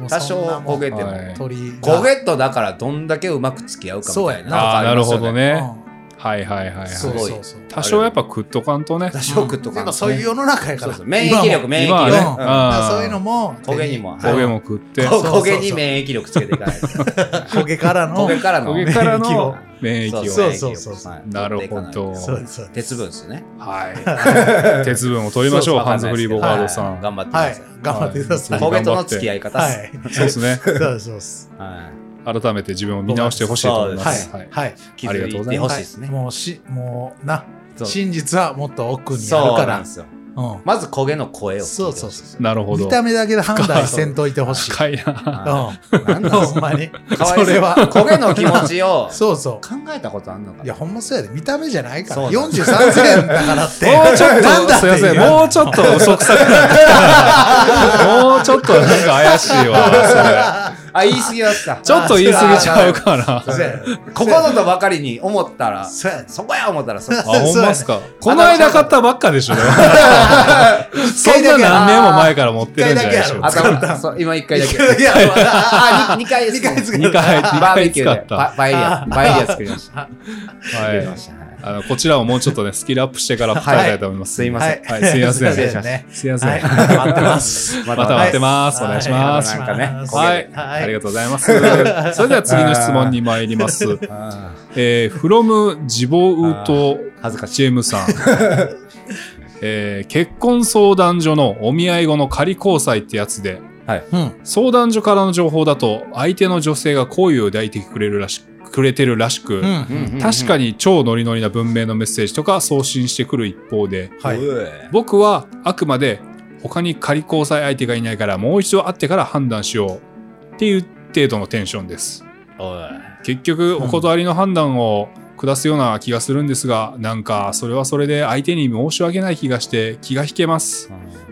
[SPEAKER 2] う
[SPEAKER 1] る多少
[SPEAKER 2] そんなもん
[SPEAKER 1] 焦げても。
[SPEAKER 3] はい
[SPEAKER 2] 鳥が
[SPEAKER 1] 焦げとだからどんだけうまく付き合うかみたいな。
[SPEAKER 3] ああ、なるほ
[SPEAKER 1] あ
[SPEAKER 3] ど
[SPEAKER 1] りますよね。
[SPEAKER 2] う
[SPEAKER 3] ね。
[SPEAKER 2] ん
[SPEAKER 3] はいはいはいはい。
[SPEAKER 2] そうそうそう
[SPEAKER 3] 多少やっぱ食っとかんとね。
[SPEAKER 1] 多少食っと
[SPEAKER 2] な
[SPEAKER 1] か
[SPEAKER 2] ん
[SPEAKER 1] ん
[SPEAKER 2] か
[SPEAKER 1] と
[SPEAKER 2] そういう世の中やか
[SPEAKER 1] そう
[SPEAKER 2] ら
[SPEAKER 1] そう免疫力、免疫
[SPEAKER 3] 今は
[SPEAKER 1] 力。
[SPEAKER 3] ね
[SPEAKER 1] うん
[SPEAKER 2] だからそういうの
[SPEAKER 3] も。
[SPEAKER 2] も
[SPEAKER 1] 焦げにも。
[SPEAKER 3] 焦げも食って。
[SPEAKER 1] こ
[SPEAKER 2] そうそうそう
[SPEAKER 1] 焦げに免疫力つけていかないと。
[SPEAKER 2] 焦げからの
[SPEAKER 1] 焦げからの。
[SPEAKER 3] 焦げから
[SPEAKER 2] 免疫
[SPEAKER 3] の
[SPEAKER 2] を
[SPEAKER 3] 免疫
[SPEAKER 1] そう
[SPEAKER 3] を。
[SPEAKER 1] そう
[SPEAKER 2] そうそうそう
[SPEAKER 1] はい
[SPEAKER 3] なるほど。
[SPEAKER 2] そうですそうです
[SPEAKER 1] 鉄分ですね。
[SPEAKER 3] はい。鉄分を取りましょう、
[SPEAKER 1] そそ
[SPEAKER 3] ハンズフリーボガードさ
[SPEAKER 1] はい
[SPEAKER 3] ん。
[SPEAKER 1] 頑張ってく
[SPEAKER 2] は
[SPEAKER 1] だ
[SPEAKER 2] い
[SPEAKER 1] さい。
[SPEAKER 2] 頑張ってください
[SPEAKER 3] はい
[SPEAKER 1] 焦げとの付き合い方っ
[SPEAKER 2] は
[SPEAKER 1] す。
[SPEAKER 2] い
[SPEAKER 3] そうですね。
[SPEAKER 2] そうですそうです
[SPEAKER 1] はい
[SPEAKER 3] 改めて自分を見直してほしいと思いま
[SPEAKER 2] は
[SPEAKER 3] す。
[SPEAKER 2] いはい
[SPEAKER 1] 気
[SPEAKER 3] ありがとう
[SPEAKER 1] づい
[SPEAKER 3] ござ
[SPEAKER 1] て
[SPEAKER 3] い
[SPEAKER 1] ほ
[SPEAKER 3] ま
[SPEAKER 1] しいですね。
[SPEAKER 2] もうしもうな
[SPEAKER 1] そう
[SPEAKER 2] 真実はもっと奥にある
[SPEAKER 1] そう
[SPEAKER 2] か
[SPEAKER 1] なん
[SPEAKER 2] ら
[SPEAKER 1] ですよ。
[SPEAKER 2] うん
[SPEAKER 1] まず焦げの声を聞いて
[SPEAKER 2] そ
[SPEAKER 1] ほ
[SPEAKER 2] う
[SPEAKER 1] しいです。
[SPEAKER 3] なるほど。
[SPEAKER 2] 見た目だけで判断せんといてほしい
[SPEAKER 3] 深いな。
[SPEAKER 2] うん
[SPEAKER 1] は
[SPEAKER 2] ほ
[SPEAKER 1] いなんだ
[SPEAKER 2] んまに
[SPEAKER 1] かわいそう
[SPEAKER 2] それは
[SPEAKER 1] 焦げの気持ちを
[SPEAKER 2] そうそ
[SPEAKER 1] 考えたことあんのか
[SPEAKER 2] うい
[SPEAKER 1] な
[SPEAKER 2] やほんまそうやで見た目じゃないから
[SPEAKER 1] そうなん
[SPEAKER 2] 43点だからって
[SPEAKER 3] もうちょっ
[SPEAKER 2] なんだ
[SPEAKER 3] と、
[SPEAKER 2] っ
[SPEAKER 3] す
[SPEAKER 2] て
[SPEAKER 3] いません、
[SPEAKER 2] いう
[SPEAKER 3] もうちょっと嘘くさくなってきた な。もうちょっとなんか怪しいわ、
[SPEAKER 1] あ、言い過ぎだった。
[SPEAKER 3] それ。ちょっと言い過ぎちゃうかな。
[SPEAKER 2] そうや
[SPEAKER 1] ここぞとばかりに思ったら、
[SPEAKER 2] そうや
[SPEAKER 1] そこや思ったらそ こ。
[SPEAKER 3] あ、ほんまっすか。この間買ったばっかでしょ。そんな何年も前から持ってるんじゃないでしょう
[SPEAKER 2] あ
[SPEAKER 3] か。
[SPEAKER 1] 頭、そう、今一回だけ。
[SPEAKER 2] いやまだ
[SPEAKER 1] あ、二回です。
[SPEAKER 2] 二回使
[SPEAKER 3] 二回、二
[SPEAKER 1] バーベ
[SPEAKER 3] 回
[SPEAKER 1] キュ
[SPEAKER 3] 使
[SPEAKER 1] ーで
[SPEAKER 3] っ、た。は
[SPEAKER 1] ババイエア、バイエア作りました。作りま
[SPEAKER 3] い。
[SPEAKER 1] したはい
[SPEAKER 3] あの、こちらをもうちょっとね、スキルアップしてから伝えたいと思います。
[SPEAKER 1] すいません。
[SPEAKER 3] はい、すいません。
[SPEAKER 2] すいません
[SPEAKER 3] ねすいません。
[SPEAKER 2] はい待ってます
[SPEAKER 1] ま
[SPEAKER 3] また待ってます。お
[SPEAKER 2] はい
[SPEAKER 3] 願いします。
[SPEAKER 1] なんかね、こ
[SPEAKER 3] はい、ありがとうございます。それでは次の質問に参ります。
[SPEAKER 1] あ
[SPEAKER 3] えー、from 自暴ウと
[SPEAKER 1] ー恥ずかしい。
[SPEAKER 3] ジェームさん。えー結婚相談所のお見合い後の仮交際ってやつで、
[SPEAKER 1] はい。
[SPEAKER 2] うん。
[SPEAKER 3] 相談所からの情報だと相手の女性が好意を抱いてくれるらしくれてるらしく、
[SPEAKER 2] うん。
[SPEAKER 3] 確かに超ノリノリな文明のメッセージとか送信してくる一方で
[SPEAKER 2] はいう
[SPEAKER 3] 僕はあくまで他に仮交際相手がいないからもう一度会ってから判断しようっていう程度のテンションです
[SPEAKER 1] おい。
[SPEAKER 3] 結局お断りの判断を下すような気がするんですがなんかそれはそれで相手に申し訳ない気がして気が引けます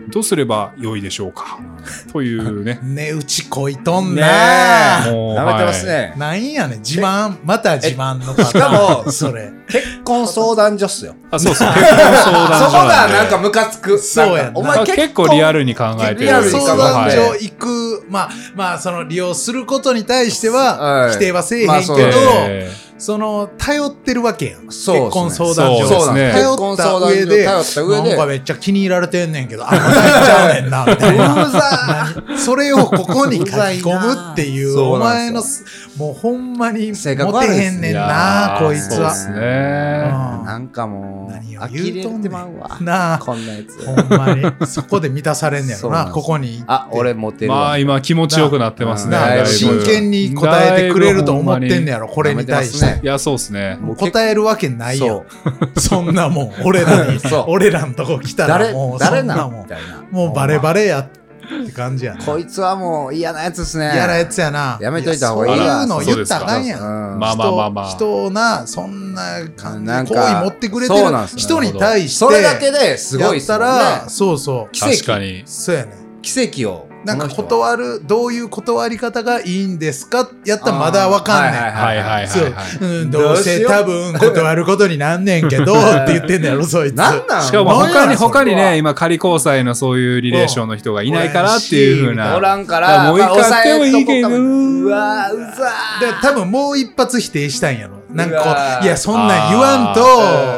[SPEAKER 3] どうすれば良いでしょうかという ね
[SPEAKER 2] 値打ちこいとん
[SPEAKER 1] ね
[SPEAKER 2] な。
[SPEAKER 1] え。
[SPEAKER 3] もう
[SPEAKER 1] なめてますね。
[SPEAKER 2] なんやねん自慢、また自慢のパターン。
[SPEAKER 1] しかも
[SPEAKER 2] それ。
[SPEAKER 1] 結婚相談所っすよ。
[SPEAKER 3] あそうそう結婚相談
[SPEAKER 1] そこが
[SPEAKER 3] 所なんで
[SPEAKER 1] なんかムカつく。
[SPEAKER 2] そうやん
[SPEAKER 1] なんかお
[SPEAKER 3] まあ
[SPEAKER 1] 前
[SPEAKER 3] 結
[SPEAKER 1] 結
[SPEAKER 3] 構
[SPEAKER 1] 構
[SPEAKER 3] リアルに考えて
[SPEAKER 1] リアルに考えて
[SPEAKER 2] 相
[SPEAKER 1] る
[SPEAKER 2] 談所
[SPEAKER 3] はい
[SPEAKER 2] 行く、まあ、まあ、その利用することに対しては、
[SPEAKER 1] はい
[SPEAKER 2] 否定はせえへん
[SPEAKER 1] まあ
[SPEAKER 2] け
[SPEAKER 1] そ
[SPEAKER 2] ど、
[SPEAKER 1] うです
[SPEAKER 3] え
[SPEAKER 2] その、頼ってるわけや
[SPEAKER 1] そう
[SPEAKER 2] ん。
[SPEAKER 1] ですね
[SPEAKER 2] 結婚相談所。
[SPEAKER 3] そうですね
[SPEAKER 2] 頼った上で、
[SPEAKER 1] 頼った上で
[SPEAKER 2] なんかめっちゃ気に入られてんねんけど、あ、また行っちゃうねんな、みたいな。それをここに書き込むっていうう、
[SPEAKER 1] ざいな
[SPEAKER 2] お前の、もうほんまに、
[SPEAKER 1] 性格
[SPEAKER 2] モ
[SPEAKER 1] 悪
[SPEAKER 2] テ
[SPEAKER 1] いです
[SPEAKER 2] へん
[SPEAKER 3] ー
[SPEAKER 2] ねん
[SPEAKER 3] い
[SPEAKER 2] な
[SPEAKER 3] や、ー
[SPEAKER 2] こいつ
[SPEAKER 3] そうで
[SPEAKER 2] は。
[SPEAKER 3] すね
[SPEAKER 2] うん
[SPEAKER 1] なんかもう、
[SPEAKER 2] 何を
[SPEAKER 1] 呆
[SPEAKER 2] 言う
[SPEAKER 1] れ
[SPEAKER 2] とんねん
[SPEAKER 1] てまう わ。
[SPEAKER 2] なあ
[SPEAKER 1] こんなやつ。
[SPEAKER 2] ほんまに。そこで満たされんねやろ
[SPEAKER 1] そうなん
[SPEAKER 2] な、
[SPEAKER 1] です
[SPEAKER 2] ここに行って。
[SPEAKER 1] あ、俺モテる
[SPEAKER 3] ま
[SPEAKER 1] わ
[SPEAKER 3] あ。今気持ちよくなってますね。
[SPEAKER 1] な
[SPEAKER 2] な
[SPEAKER 1] だいぶ
[SPEAKER 2] 真剣に答えてくれると思ってんねやろ、これに対し
[SPEAKER 1] 舐めてます
[SPEAKER 2] て。
[SPEAKER 1] ね
[SPEAKER 3] いや、そうですね。
[SPEAKER 1] もう結構
[SPEAKER 2] 答えるわけないよ。 そんなもん、俺らに
[SPEAKER 1] そう、
[SPEAKER 2] 俺らのとこ来たら
[SPEAKER 1] 誰
[SPEAKER 2] もう、、そ
[SPEAKER 1] 誰
[SPEAKER 2] んな
[SPEAKER 1] な
[SPEAKER 2] も
[SPEAKER 1] の
[SPEAKER 2] ん
[SPEAKER 1] み、たいな。
[SPEAKER 2] もうバレバレやって感じやな。
[SPEAKER 1] こいつはもう嫌なやつですね。
[SPEAKER 2] 嫌なやつやな。
[SPEAKER 1] やめといた方がいい
[SPEAKER 2] や
[SPEAKER 1] わ
[SPEAKER 2] そういうの言ったらあかんやん。
[SPEAKER 1] う
[SPEAKER 2] 人
[SPEAKER 1] ん
[SPEAKER 3] まあまあまあまあ
[SPEAKER 2] 人をな、そんな感
[SPEAKER 1] なん
[SPEAKER 2] じで、
[SPEAKER 1] か
[SPEAKER 2] 好意持ってくれてる
[SPEAKER 1] そうなんですよ
[SPEAKER 2] 人に対して、
[SPEAKER 1] それだけですごいっ
[SPEAKER 2] やっ
[SPEAKER 1] すも
[SPEAKER 2] た
[SPEAKER 1] んね
[SPEAKER 2] ら、そうそう。
[SPEAKER 1] 奇跡
[SPEAKER 3] 確かに。
[SPEAKER 2] そうやね。
[SPEAKER 1] 奇跡を。
[SPEAKER 2] なんか
[SPEAKER 1] この人は
[SPEAKER 2] 断る、どういう断り方がいいんですかやったらまだわかんねん。
[SPEAKER 3] はいはいはい
[SPEAKER 2] そう
[SPEAKER 3] はい。
[SPEAKER 2] うん、どうせ多分断ることになんねんけどって言ってんねやろ、そいつ。
[SPEAKER 1] なんなん
[SPEAKER 3] しかも
[SPEAKER 2] なんや
[SPEAKER 3] 他に、
[SPEAKER 2] それは
[SPEAKER 3] 他にね、今仮交際のそういうリレーションの人がいないからっていうふうな。
[SPEAKER 1] おらんか、
[SPEAKER 3] だかららもう一回
[SPEAKER 1] まあ
[SPEAKER 3] やってもいいけど
[SPEAKER 1] 抑えとこうかうわーうざ
[SPEAKER 2] だから多分もう一発否定したんやろ。なん
[SPEAKER 1] うわ
[SPEAKER 2] かこ
[SPEAKER 1] ー
[SPEAKER 2] う、いや、そんなん言わん
[SPEAKER 1] あ
[SPEAKER 2] と、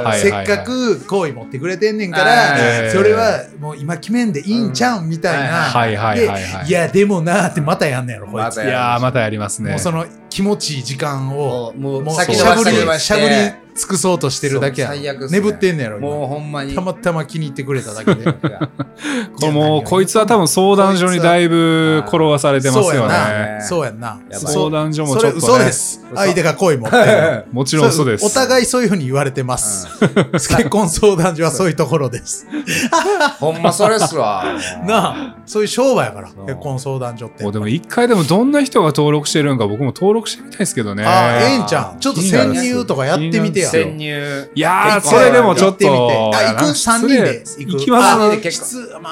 [SPEAKER 3] ー
[SPEAKER 2] せっかく好意持ってくれてんねんか
[SPEAKER 1] あ
[SPEAKER 2] ら、
[SPEAKER 3] ー
[SPEAKER 2] それはもう今決めんでいいんちゃうんみたいな。
[SPEAKER 3] はいはいはいはい
[SPEAKER 2] でいや、でもなーってまたやんねやろ、こい
[SPEAKER 1] ま
[SPEAKER 2] つ。
[SPEAKER 1] た
[SPEAKER 3] いやー、またやりますね
[SPEAKER 2] もう。その気持ちいい時間を
[SPEAKER 1] も、う、もう、
[SPEAKER 2] もう
[SPEAKER 1] 先
[SPEAKER 2] し
[SPEAKER 1] 延
[SPEAKER 2] ゃ
[SPEAKER 1] ば
[SPEAKER 2] ぶ
[SPEAKER 1] し
[SPEAKER 2] り
[SPEAKER 1] 先延、ばし
[SPEAKER 2] しゃぶ
[SPEAKER 1] て。
[SPEAKER 2] り尽くそうとしてるだけやろ
[SPEAKER 1] そう最悪っすね
[SPEAKER 2] 眠ってんねやろ、今
[SPEAKER 1] もうほんまに。
[SPEAKER 2] たまたま気に入ってくれただけで。
[SPEAKER 3] これもうこ いつは多分相談所にだいぶ転がされてますよ
[SPEAKER 2] そうや
[SPEAKER 3] ね。
[SPEAKER 2] な。そうやんな。
[SPEAKER 1] やばい
[SPEAKER 3] 相談所も
[SPEAKER 2] そ
[SPEAKER 3] ち
[SPEAKER 2] れ
[SPEAKER 3] ょっと
[SPEAKER 2] 嘘
[SPEAKER 3] ね
[SPEAKER 2] で。す。相手が恋 持ってる。
[SPEAKER 3] もちろん嘘です。
[SPEAKER 2] お互
[SPEAKER 3] い。
[SPEAKER 2] いそういうふうに言われてます。結婚相談所はそういうところです。
[SPEAKER 1] ほんまそれっすわ。
[SPEAKER 2] なあ、そういう商売やから、
[SPEAKER 1] そう
[SPEAKER 2] 結婚相談所って。
[SPEAKER 3] もうでも一回でもどんな人が登録してるんか僕も登録してみたいですけどね。
[SPEAKER 2] ああ、ええんちゃん。ちょっと潜入とかやってみてや。
[SPEAKER 3] 気になる
[SPEAKER 1] 潜入。
[SPEAKER 3] いやー、
[SPEAKER 1] 結
[SPEAKER 3] そ
[SPEAKER 1] 構
[SPEAKER 3] れでもち
[SPEAKER 2] や
[SPEAKER 3] ょっ
[SPEAKER 2] ってみて。
[SPEAKER 3] と。
[SPEAKER 2] あ、行く ?3 人で
[SPEAKER 3] 失礼
[SPEAKER 2] 行く。
[SPEAKER 3] 行きます
[SPEAKER 1] あ
[SPEAKER 2] あ
[SPEAKER 1] いいで
[SPEAKER 2] きつ、ま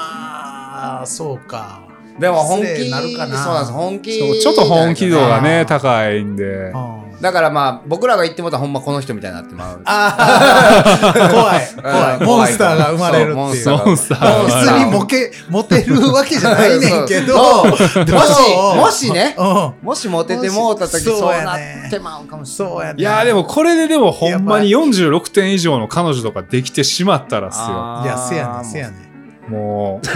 [SPEAKER 2] あ、そうか。
[SPEAKER 1] でも本
[SPEAKER 2] 失
[SPEAKER 1] 気
[SPEAKER 2] 礼なるかな
[SPEAKER 1] そうなんです、本気。
[SPEAKER 3] そうちょっと本気度が
[SPEAKER 2] あ
[SPEAKER 3] ね
[SPEAKER 2] ー、
[SPEAKER 3] 高いんで
[SPEAKER 2] う。ん
[SPEAKER 1] だからまあ、僕らが言ってもらったらほんまこの人みたいになってまう。
[SPEAKER 2] ああ、 怖い、怖い。
[SPEAKER 1] うん
[SPEAKER 2] モンスターが生まれるって
[SPEAKER 1] モン
[SPEAKER 2] い
[SPEAKER 1] ス
[SPEAKER 2] う
[SPEAKER 1] タ。ーが
[SPEAKER 3] モンスターが
[SPEAKER 2] 別
[SPEAKER 3] モンスター
[SPEAKER 2] にモケ、モテるわけじゃないねんけど、
[SPEAKER 1] そう
[SPEAKER 2] もし
[SPEAKER 1] もし、もしね、
[SPEAKER 2] う
[SPEAKER 1] もしモテてもうた時
[SPEAKER 2] もし
[SPEAKER 1] そう
[SPEAKER 2] そうや
[SPEAKER 1] な
[SPEAKER 2] ね
[SPEAKER 1] ってまうかも
[SPEAKER 2] ん、
[SPEAKER 1] しれない。
[SPEAKER 2] そうやね
[SPEAKER 3] いやーでもこれででもほんまに
[SPEAKER 2] い
[SPEAKER 3] 46点以上の彼女とかできてしまったらっすよ。
[SPEAKER 1] あー
[SPEAKER 2] いや、せやねん、せやねん。
[SPEAKER 3] もう。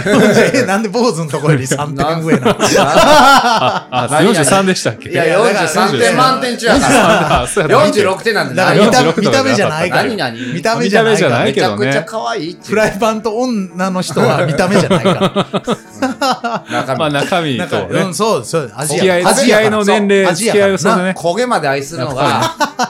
[SPEAKER 2] え、 なんで坊主のところより3点上なの
[SPEAKER 3] あ、
[SPEAKER 1] 何々
[SPEAKER 3] 43でしたっけ
[SPEAKER 1] いや、43点満点中やから。
[SPEAKER 3] あそうやった
[SPEAKER 1] 46点なんで
[SPEAKER 2] だから
[SPEAKER 1] 何
[SPEAKER 2] 見
[SPEAKER 1] 々
[SPEAKER 2] た
[SPEAKER 3] 46
[SPEAKER 2] 見た目じゃないか
[SPEAKER 1] 何
[SPEAKER 2] ら。
[SPEAKER 1] 々
[SPEAKER 2] 見た目じゃな
[SPEAKER 3] 見た
[SPEAKER 2] い
[SPEAKER 3] 目じゃ
[SPEAKER 2] か
[SPEAKER 3] ない
[SPEAKER 2] ら。
[SPEAKER 1] めちゃくちゃ可愛いっていう
[SPEAKER 2] フライパンと女の人は見た目じゃない から。
[SPEAKER 1] 中身
[SPEAKER 3] まあ中身
[SPEAKER 2] なん
[SPEAKER 3] と
[SPEAKER 2] か、う
[SPEAKER 3] ね
[SPEAKER 2] ん、。そうそう、味
[SPEAKER 3] 付き合い、
[SPEAKER 2] やから。
[SPEAKER 3] 付き合いの年齢、
[SPEAKER 2] 味
[SPEAKER 3] 付
[SPEAKER 2] や
[SPEAKER 3] き
[SPEAKER 2] か
[SPEAKER 3] 合
[SPEAKER 2] ら
[SPEAKER 3] いをそうだね。
[SPEAKER 1] 焦げまで愛するのが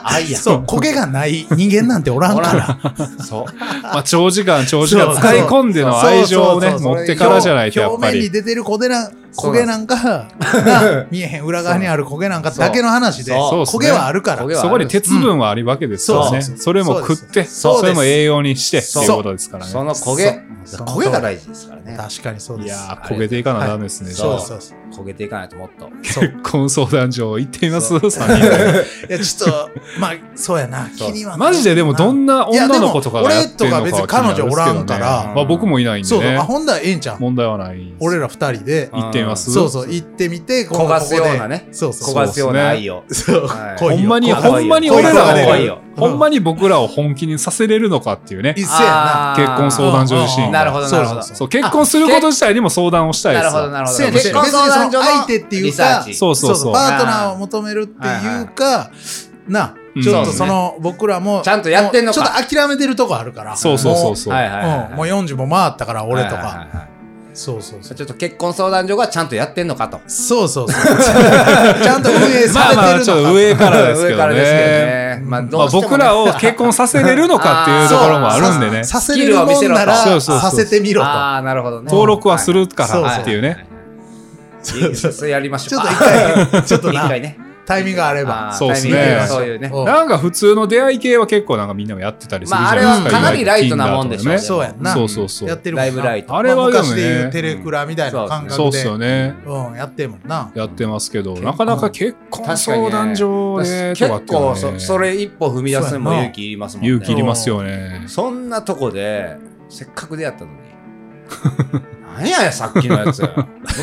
[SPEAKER 1] 愛や。
[SPEAKER 2] そう、焦げがない人間なんておらん
[SPEAKER 1] お
[SPEAKER 2] からら。
[SPEAKER 1] んそう。
[SPEAKER 3] まあ長時間、長時間
[SPEAKER 2] そう
[SPEAKER 3] 使い込んでの愛情をね、
[SPEAKER 2] そうそう
[SPEAKER 1] そう
[SPEAKER 3] 持ってからじゃないと、やっ
[SPEAKER 2] 表
[SPEAKER 3] ぱ
[SPEAKER 2] 面に
[SPEAKER 3] り。
[SPEAKER 2] 出てる焦げな
[SPEAKER 1] そう
[SPEAKER 2] 焦
[SPEAKER 1] な
[SPEAKER 2] げ
[SPEAKER 1] んで
[SPEAKER 2] なんかな見えへん裏側にある焦げなんかだけの話で
[SPEAKER 1] そう
[SPEAKER 3] そう
[SPEAKER 2] 焦げはあるから
[SPEAKER 1] 焦げは
[SPEAKER 3] そこに鉄分はあるわけですから
[SPEAKER 2] うん
[SPEAKER 3] ね。
[SPEAKER 2] そうそう
[SPEAKER 3] それも食って、
[SPEAKER 2] そうです
[SPEAKER 3] それも栄養にしてって
[SPEAKER 1] そう
[SPEAKER 3] いうことですからね。
[SPEAKER 1] その焦げ。
[SPEAKER 2] そう
[SPEAKER 1] 焦げが大事ですからね。
[SPEAKER 2] 確かにそう
[SPEAKER 3] い
[SPEAKER 2] です
[SPEAKER 3] やー、焦げていかなダメですね。
[SPEAKER 2] そう
[SPEAKER 1] そう
[SPEAKER 2] そうそう
[SPEAKER 1] 焦げていかないとも っと。
[SPEAKER 2] そう
[SPEAKER 3] 結婚相談所行ってみます ?3 人で。
[SPEAKER 2] いやちょっとまあそうやな
[SPEAKER 1] そう
[SPEAKER 2] 気にはな
[SPEAKER 3] マジででもどんな女の子とかがやってるのか
[SPEAKER 2] いやでも俺とか別に彼女おら
[SPEAKER 3] 気になる
[SPEAKER 2] んから
[SPEAKER 3] んですけどねまあ僕もいないんで
[SPEAKER 2] そう
[SPEAKER 3] ね
[SPEAKER 2] あ。ほんだらええんちゃん
[SPEAKER 3] 問題はない。
[SPEAKER 2] 俺ら二人で
[SPEAKER 1] あ
[SPEAKER 3] 行ってみます
[SPEAKER 2] そうそう行ってみて
[SPEAKER 1] 焦がすようなね
[SPEAKER 2] そうそう
[SPEAKER 1] 焦がすような愛を。
[SPEAKER 2] そう
[SPEAKER 1] はい
[SPEAKER 2] 恋
[SPEAKER 3] ほ
[SPEAKER 2] を
[SPEAKER 3] んまに、
[SPEAKER 1] 怖いよ
[SPEAKER 3] ほんまに
[SPEAKER 1] 怖い
[SPEAKER 3] 俺
[SPEAKER 1] よ怖い
[SPEAKER 3] ら
[SPEAKER 1] よ
[SPEAKER 3] を、ほんまに僕らを本気にさせれるのかっていうね。
[SPEAKER 2] 一斉やな
[SPEAKER 1] あー
[SPEAKER 3] 結婚相談所自身が。
[SPEAKER 1] なるほど、なるほど。
[SPEAKER 2] そう
[SPEAKER 3] そう、結婚すること自体にも相談をしたいで
[SPEAKER 1] な
[SPEAKER 3] す
[SPEAKER 1] る
[SPEAKER 3] よ。
[SPEAKER 1] ほど、なるほど。
[SPEAKER 2] そうやね
[SPEAKER 1] 結婚相談所の
[SPEAKER 2] 相手っていうか
[SPEAKER 1] リサーチ
[SPEAKER 3] そうそうそう。
[SPEAKER 2] パートナーを求めるっていうかな
[SPEAKER 3] うん
[SPEAKER 2] ちょっとその僕らも
[SPEAKER 1] ちゃんとやってんのか
[SPEAKER 2] もうちょっと諦めてるとこあるから
[SPEAKER 3] そうそうそうそう。
[SPEAKER 1] はいはいはい
[SPEAKER 2] もうもう40も回ったから俺
[SPEAKER 1] はい
[SPEAKER 2] と
[SPEAKER 1] はい
[SPEAKER 2] か
[SPEAKER 1] はいはい
[SPEAKER 2] そうそうそう。
[SPEAKER 1] ちょっと結婚相談所がちゃんとやってんのかと。
[SPEAKER 2] そうそ うそう。ちゃんと運営されてるのか。
[SPEAKER 3] まあまあちょっと上からですけ
[SPEAKER 1] 上
[SPEAKER 3] ど
[SPEAKER 1] からですけど
[SPEAKER 3] ね。
[SPEAKER 1] ね。まあ、
[SPEAKER 3] ま
[SPEAKER 1] ど
[SPEAKER 3] あ、
[SPEAKER 1] うしてもね
[SPEAKER 3] 僕らを結婚させれるのかっていうところもあるんでね。
[SPEAKER 2] ささせれるもんなら
[SPEAKER 1] ス
[SPEAKER 3] キルを見せろとそうそうそう
[SPEAKER 2] させてみろ と。
[SPEAKER 1] ああ、なるほどね。
[SPEAKER 3] 登録はするか
[SPEAKER 2] そう
[SPEAKER 3] ら
[SPEAKER 2] そう
[SPEAKER 3] っていう
[SPEAKER 1] はいは
[SPEAKER 3] ね。
[SPEAKER 1] いはい。いいですそれやりまし
[SPEAKER 2] ち
[SPEAKER 1] ょ
[SPEAKER 2] ょ
[SPEAKER 1] う
[SPEAKER 2] っ
[SPEAKER 1] か。
[SPEAKER 2] と 一回、ちょっと
[SPEAKER 1] 一
[SPEAKER 2] な
[SPEAKER 1] 回、ね。
[SPEAKER 2] タイミングがあれば。
[SPEAKER 1] あー
[SPEAKER 3] そうっすね
[SPEAKER 1] タイミングそういうね。
[SPEAKER 2] お
[SPEAKER 3] なんか普通の出会い系は結構なんかみんなもやってたりするじ
[SPEAKER 1] まあ
[SPEAKER 3] ゃ
[SPEAKER 1] あ
[SPEAKER 3] ない
[SPEAKER 1] れ
[SPEAKER 3] です
[SPEAKER 1] は
[SPEAKER 3] か。
[SPEAKER 1] かなり
[SPEAKER 3] 意外
[SPEAKER 1] ラ
[SPEAKER 3] と
[SPEAKER 1] イトなもんでしょ
[SPEAKER 3] Tinder とかね
[SPEAKER 1] そ
[SPEAKER 2] そうう
[SPEAKER 1] や
[SPEAKER 2] や
[SPEAKER 1] ん
[SPEAKER 2] ん
[SPEAKER 1] な
[SPEAKER 2] な。
[SPEAKER 3] そうそうそう
[SPEAKER 2] やってるもん
[SPEAKER 1] ライ
[SPEAKER 2] な
[SPEAKER 1] ブライト。
[SPEAKER 3] あれは
[SPEAKER 2] ま
[SPEAKER 3] でもね
[SPEAKER 2] 昔でいうテレクラみたいな感
[SPEAKER 3] そうっ
[SPEAKER 2] 覚
[SPEAKER 3] す
[SPEAKER 2] で。
[SPEAKER 3] よね。
[SPEAKER 2] うん、やってるもん な。
[SPEAKER 3] やってますけど、
[SPEAKER 2] 結婚
[SPEAKER 3] なかなか結婚相談所で
[SPEAKER 1] 結
[SPEAKER 3] とかっていうの
[SPEAKER 1] 構
[SPEAKER 3] はね
[SPEAKER 1] そ、それ一歩踏み出すのも勇気いりますもんね。
[SPEAKER 3] 勇気いりますよね。
[SPEAKER 1] そんなとこで、せっかく出会ったのに。 何やねんさっきのやつ。ム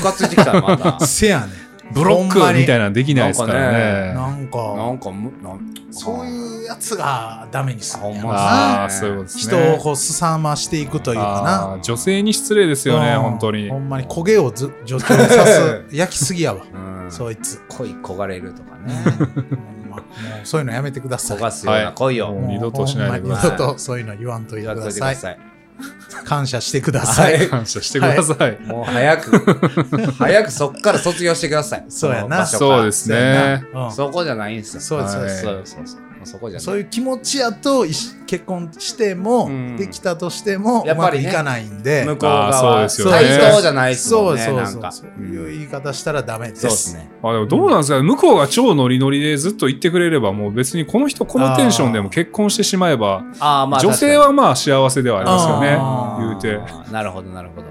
[SPEAKER 1] カついてきたよ、また。
[SPEAKER 2] せやねん。
[SPEAKER 3] ブロック
[SPEAKER 2] ほんまに
[SPEAKER 3] みたいなのできないですからね。
[SPEAKER 2] なん
[SPEAKER 1] な
[SPEAKER 2] か、
[SPEAKER 1] んかむ、なん
[SPEAKER 2] そういうやつがダメにするん
[SPEAKER 1] ほ
[SPEAKER 2] や
[SPEAKER 1] んま
[SPEAKER 2] な。
[SPEAKER 3] ああ、そういうことですね。
[SPEAKER 2] 人をこう、すさましていくというかな。
[SPEAKER 3] あー女性に失礼ですよね、
[SPEAKER 2] うん
[SPEAKER 3] 本当に
[SPEAKER 2] ほ。んまに焦げをず助長さ す。焼きすぎやわ。
[SPEAKER 1] うん、
[SPEAKER 2] そいつ。
[SPEAKER 1] 恋焦がれるとかね。
[SPEAKER 2] ほんまもうそういうのやめてくださ
[SPEAKER 1] 焦
[SPEAKER 2] い。
[SPEAKER 1] がすような恋を。
[SPEAKER 3] はい
[SPEAKER 1] や
[SPEAKER 3] もう二度としないでくだ
[SPEAKER 1] さい
[SPEAKER 2] ほんま二度とそういうの言わんといて
[SPEAKER 1] っ
[SPEAKER 2] く
[SPEAKER 1] と
[SPEAKER 2] だ
[SPEAKER 1] いてく
[SPEAKER 2] さ
[SPEAKER 1] だ
[SPEAKER 2] い。
[SPEAKER 1] さい。
[SPEAKER 2] 感謝してください。
[SPEAKER 1] はい
[SPEAKER 3] 感謝してください。
[SPEAKER 1] もう早く、早くそっから卒業してください。
[SPEAKER 2] そうやな
[SPEAKER 1] その場所から
[SPEAKER 3] そうですね。
[SPEAKER 2] うん
[SPEAKER 1] そこじゃないんですよ。
[SPEAKER 2] そうですそうです
[SPEAKER 1] そうそうそう。もうそこじゃない。
[SPEAKER 2] そういう気持ちやといし結婚しても、
[SPEAKER 1] うん
[SPEAKER 2] できたとしても
[SPEAKER 1] や
[SPEAKER 2] や
[SPEAKER 1] っ
[SPEAKER 2] っ
[SPEAKER 1] ぱ
[SPEAKER 2] ぱ
[SPEAKER 1] り
[SPEAKER 2] り、
[SPEAKER 1] ね
[SPEAKER 2] いかないんで
[SPEAKER 1] 向こう側
[SPEAKER 3] あーそうですよね
[SPEAKER 1] 対等じゃないですも
[SPEAKER 2] そ
[SPEAKER 1] ん
[SPEAKER 2] う
[SPEAKER 1] ね。
[SPEAKER 2] そう
[SPEAKER 1] なん
[SPEAKER 2] そう
[SPEAKER 1] か。
[SPEAKER 2] そう
[SPEAKER 1] うん
[SPEAKER 2] いう言い方したらダメです
[SPEAKER 1] そうですね。
[SPEAKER 3] あでもどうなんですかね向こうが超ノリノリでずっと言ってくれればもう別にこの人このテンションでも結婚してしまえば
[SPEAKER 1] ああ、まあ。
[SPEAKER 3] 女性はまあ幸せではありますよ
[SPEAKER 2] あ
[SPEAKER 3] ね。
[SPEAKER 1] あー
[SPEAKER 3] 言う
[SPEAKER 1] なるほど、なるほど。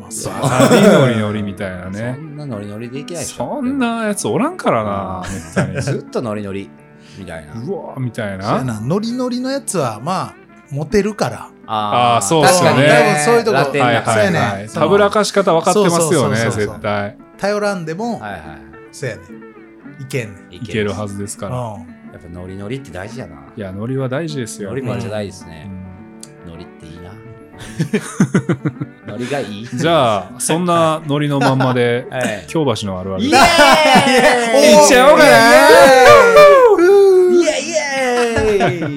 [SPEAKER 2] まあそう
[SPEAKER 3] ノリノリノリみたいな
[SPEAKER 1] そ
[SPEAKER 3] ね。
[SPEAKER 1] んなノリノリでいけないでしょ
[SPEAKER 3] そん。なやつおらんからな、めったに。
[SPEAKER 1] ずっとノリノリ。みたいな。
[SPEAKER 3] うわーみたい
[SPEAKER 2] そうや
[SPEAKER 3] な。
[SPEAKER 2] なノリノリのやつはまあモテるから
[SPEAKER 1] あ
[SPEAKER 3] あーそうっすよ
[SPEAKER 1] 確か
[SPEAKER 3] ね
[SPEAKER 1] にね。
[SPEAKER 2] そういうとこ
[SPEAKER 1] ラテンな
[SPEAKER 3] はい
[SPEAKER 2] そう
[SPEAKER 3] は
[SPEAKER 2] や
[SPEAKER 3] い
[SPEAKER 2] ね
[SPEAKER 3] はい。
[SPEAKER 2] そ
[SPEAKER 3] た
[SPEAKER 2] の
[SPEAKER 3] ぶらかし方分かってますよね、
[SPEAKER 2] そうそうそうそう
[SPEAKER 3] 絶対。
[SPEAKER 2] 頼らんでも、
[SPEAKER 1] はいは
[SPEAKER 2] そうやねいけんねん
[SPEAKER 1] い。
[SPEAKER 3] いけるは
[SPEAKER 1] ず。
[SPEAKER 3] ずですから。
[SPEAKER 2] う
[SPEAKER 1] やっぱノリノリって大事やな。
[SPEAKER 3] いや、ノリは大事ですよ。
[SPEAKER 1] ノリもじゃないです
[SPEAKER 3] う
[SPEAKER 1] ね。
[SPEAKER 3] ん
[SPEAKER 1] ノリっていい な。ノリがいい。
[SPEAKER 3] じゃあ、そんなノリのまんま で、
[SPEAKER 1] はい
[SPEAKER 3] 京橋のあるある。
[SPEAKER 1] イエーイ
[SPEAKER 2] いっちゃおうか
[SPEAKER 1] イエーイイエーイ
[SPEAKER 2] ん、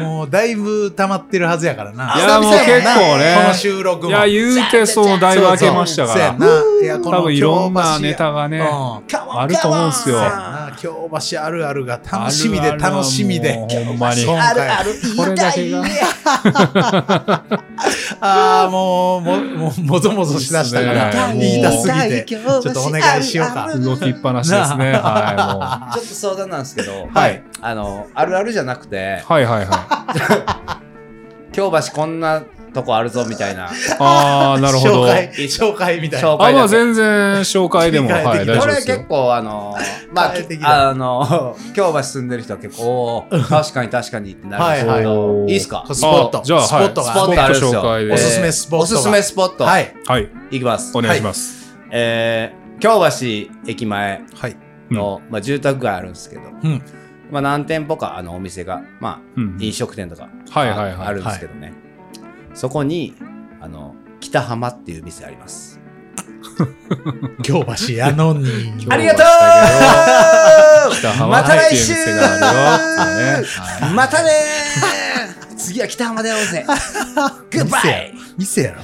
[SPEAKER 2] もうだいぶ溜まってるはずやからない
[SPEAKER 3] やもう結構ね
[SPEAKER 2] この収録も
[SPEAKER 3] いや、言うて、そのだいぶ開けましたか
[SPEAKER 2] そうや
[SPEAKER 3] ら。
[SPEAKER 2] ないやこの
[SPEAKER 3] 多分いろんなネタがね、
[SPEAKER 2] うん
[SPEAKER 3] あると思うんすよ
[SPEAKER 2] そうやな京橋あるあるが楽しみで楽しみで
[SPEAKER 3] あるあるはもうほんまに
[SPEAKER 2] 今
[SPEAKER 1] ある
[SPEAKER 2] 回
[SPEAKER 1] ある
[SPEAKER 3] こ
[SPEAKER 1] 言
[SPEAKER 3] れ
[SPEAKER 1] い
[SPEAKER 3] だ
[SPEAKER 1] た
[SPEAKER 3] け
[SPEAKER 1] い
[SPEAKER 3] が
[SPEAKER 2] ああもうもももぞもぞしだしたから
[SPEAKER 3] そうですね
[SPEAKER 2] 言いたすぎて
[SPEAKER 1] ち
[SPEAKER 2] ち
[SPEAKER 1] ょ
[SPEAKER 2] ょっとお願いしよう
[SPEAKER 1] あ
[SPEAKER 2] か
[SPEAKER 1] る
[SPEAKER 3] 動きっぱなしですね。は
[SPEAKER 1] ちょっと相談なんですけど、
[SPEAKER 2] はい
[SPEAKER 1] あのあるあるじゃなくて
[SPEAKER 3] い、もう。はいはいはい。
[SPEAKER 1] 京橋こんなとこあるぞみたいな
[SPEAKER 3] あー、なるほ
[SPEAKER 2] 紹
[SPEAKER 3] ど。
[SPEAKER 2] 介紹介みたいな
[SPEAKER 1] 紹
[SPEAKER 3] あ、
[SPEAKER 1] 介
[SPEAKER 3] ま
[SPEAKER 1] だ
[SPEAKER 3] あ
[SPEAKER 1] け
[SPEAKER 3] 全然紹介でも、
[SPEAKER 2] 理解
[SPEAKER 3] はい、
[SPEAKER 2] でき
[SPEAKER 3] 大丈
[SPEAKER 2] る
[SPEAKER 1] こ
[SPEAKER 3] 夫
[SPEAKER 1] れ
[SPEAKER 3] です
[SPEAKER 1] 結
[SPEAKER 3] よ。
[SPEAKER 1] 構あのまあ
[SPEAKER 2] 帰ってきた
[SPEAKER 1] あの 京橋住んでる人は結構おー確かに確かにってなるんですけ
[SPEAKER 3] はい
[SPEAKER 1] ど
[SPEAKER 3] はい
[SPEAKER 1] いいっすか
[SPEAKER 2] スポット
[SPEAKER 3] あじゃあはい
[SPEAKER 2] スポット
[SPEAKER 1] ス
[SPEAKER 2] が
[SPEAKER 1] ポットあるんですよ
[SPEAKER 3] スポット紹介で
[SPEAKER 1] えー
[SPEAKER 2] おすすめスポットが
[SPEAKER 1] おすすめスポット
[SPEAKER 2] はい
[SPEAKER 3] はい、
[SPEAKER 1] いきます
[SPEAKER 3] お願いします。
[SPEAKER 1] えー京橋駅前
[SPEAKER 2] はい
[SPEAKER 1] の、まあ、住宅街あるんですけど、
[SPEAKER 2] うん
[SPEAKER 1] まあ、何店舗かあのお店が、まあ、
[SPEAKER 3] うん
[SPEAKER 1] 飲食店とかあ,、
[SPEAKER 3] はいはいはい
[SPEAKER 1] るんですけどね、そこにあの北浜っていう店あります
[SPEAKER 2] 京橋やのに
[SPEAKER 3] ありがと う北浜
[SPEAKER 1] また来
[SPEAKER 3] って
[SPEAKER 1] 週
[SPEAKER 3] いう店があるよっていうねはい
[SPEAKER 1] またねー次は北浜で会おう ぜグッバイ
[SPEAKER 2] 店やろ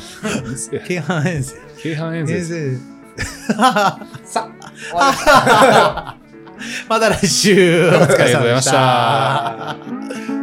[SPEAKER 3] 店
[SPEAKER 2] 京阪沿線
[SPEAKER 3] 京阪沿線
[SPEAKER 2] 沿線
[SPEAKER 1] さあ終わります
[SPEAKER 2] また来週お疲
[SPEAKER 3] ありがとう
[SPEAKER 2] れ
[SPEAKER 3] ございま
[SPEAKER 2] 様で
[SPEAKER 3] し
[SPEAKER 2] した
[SPEAKER 3] た。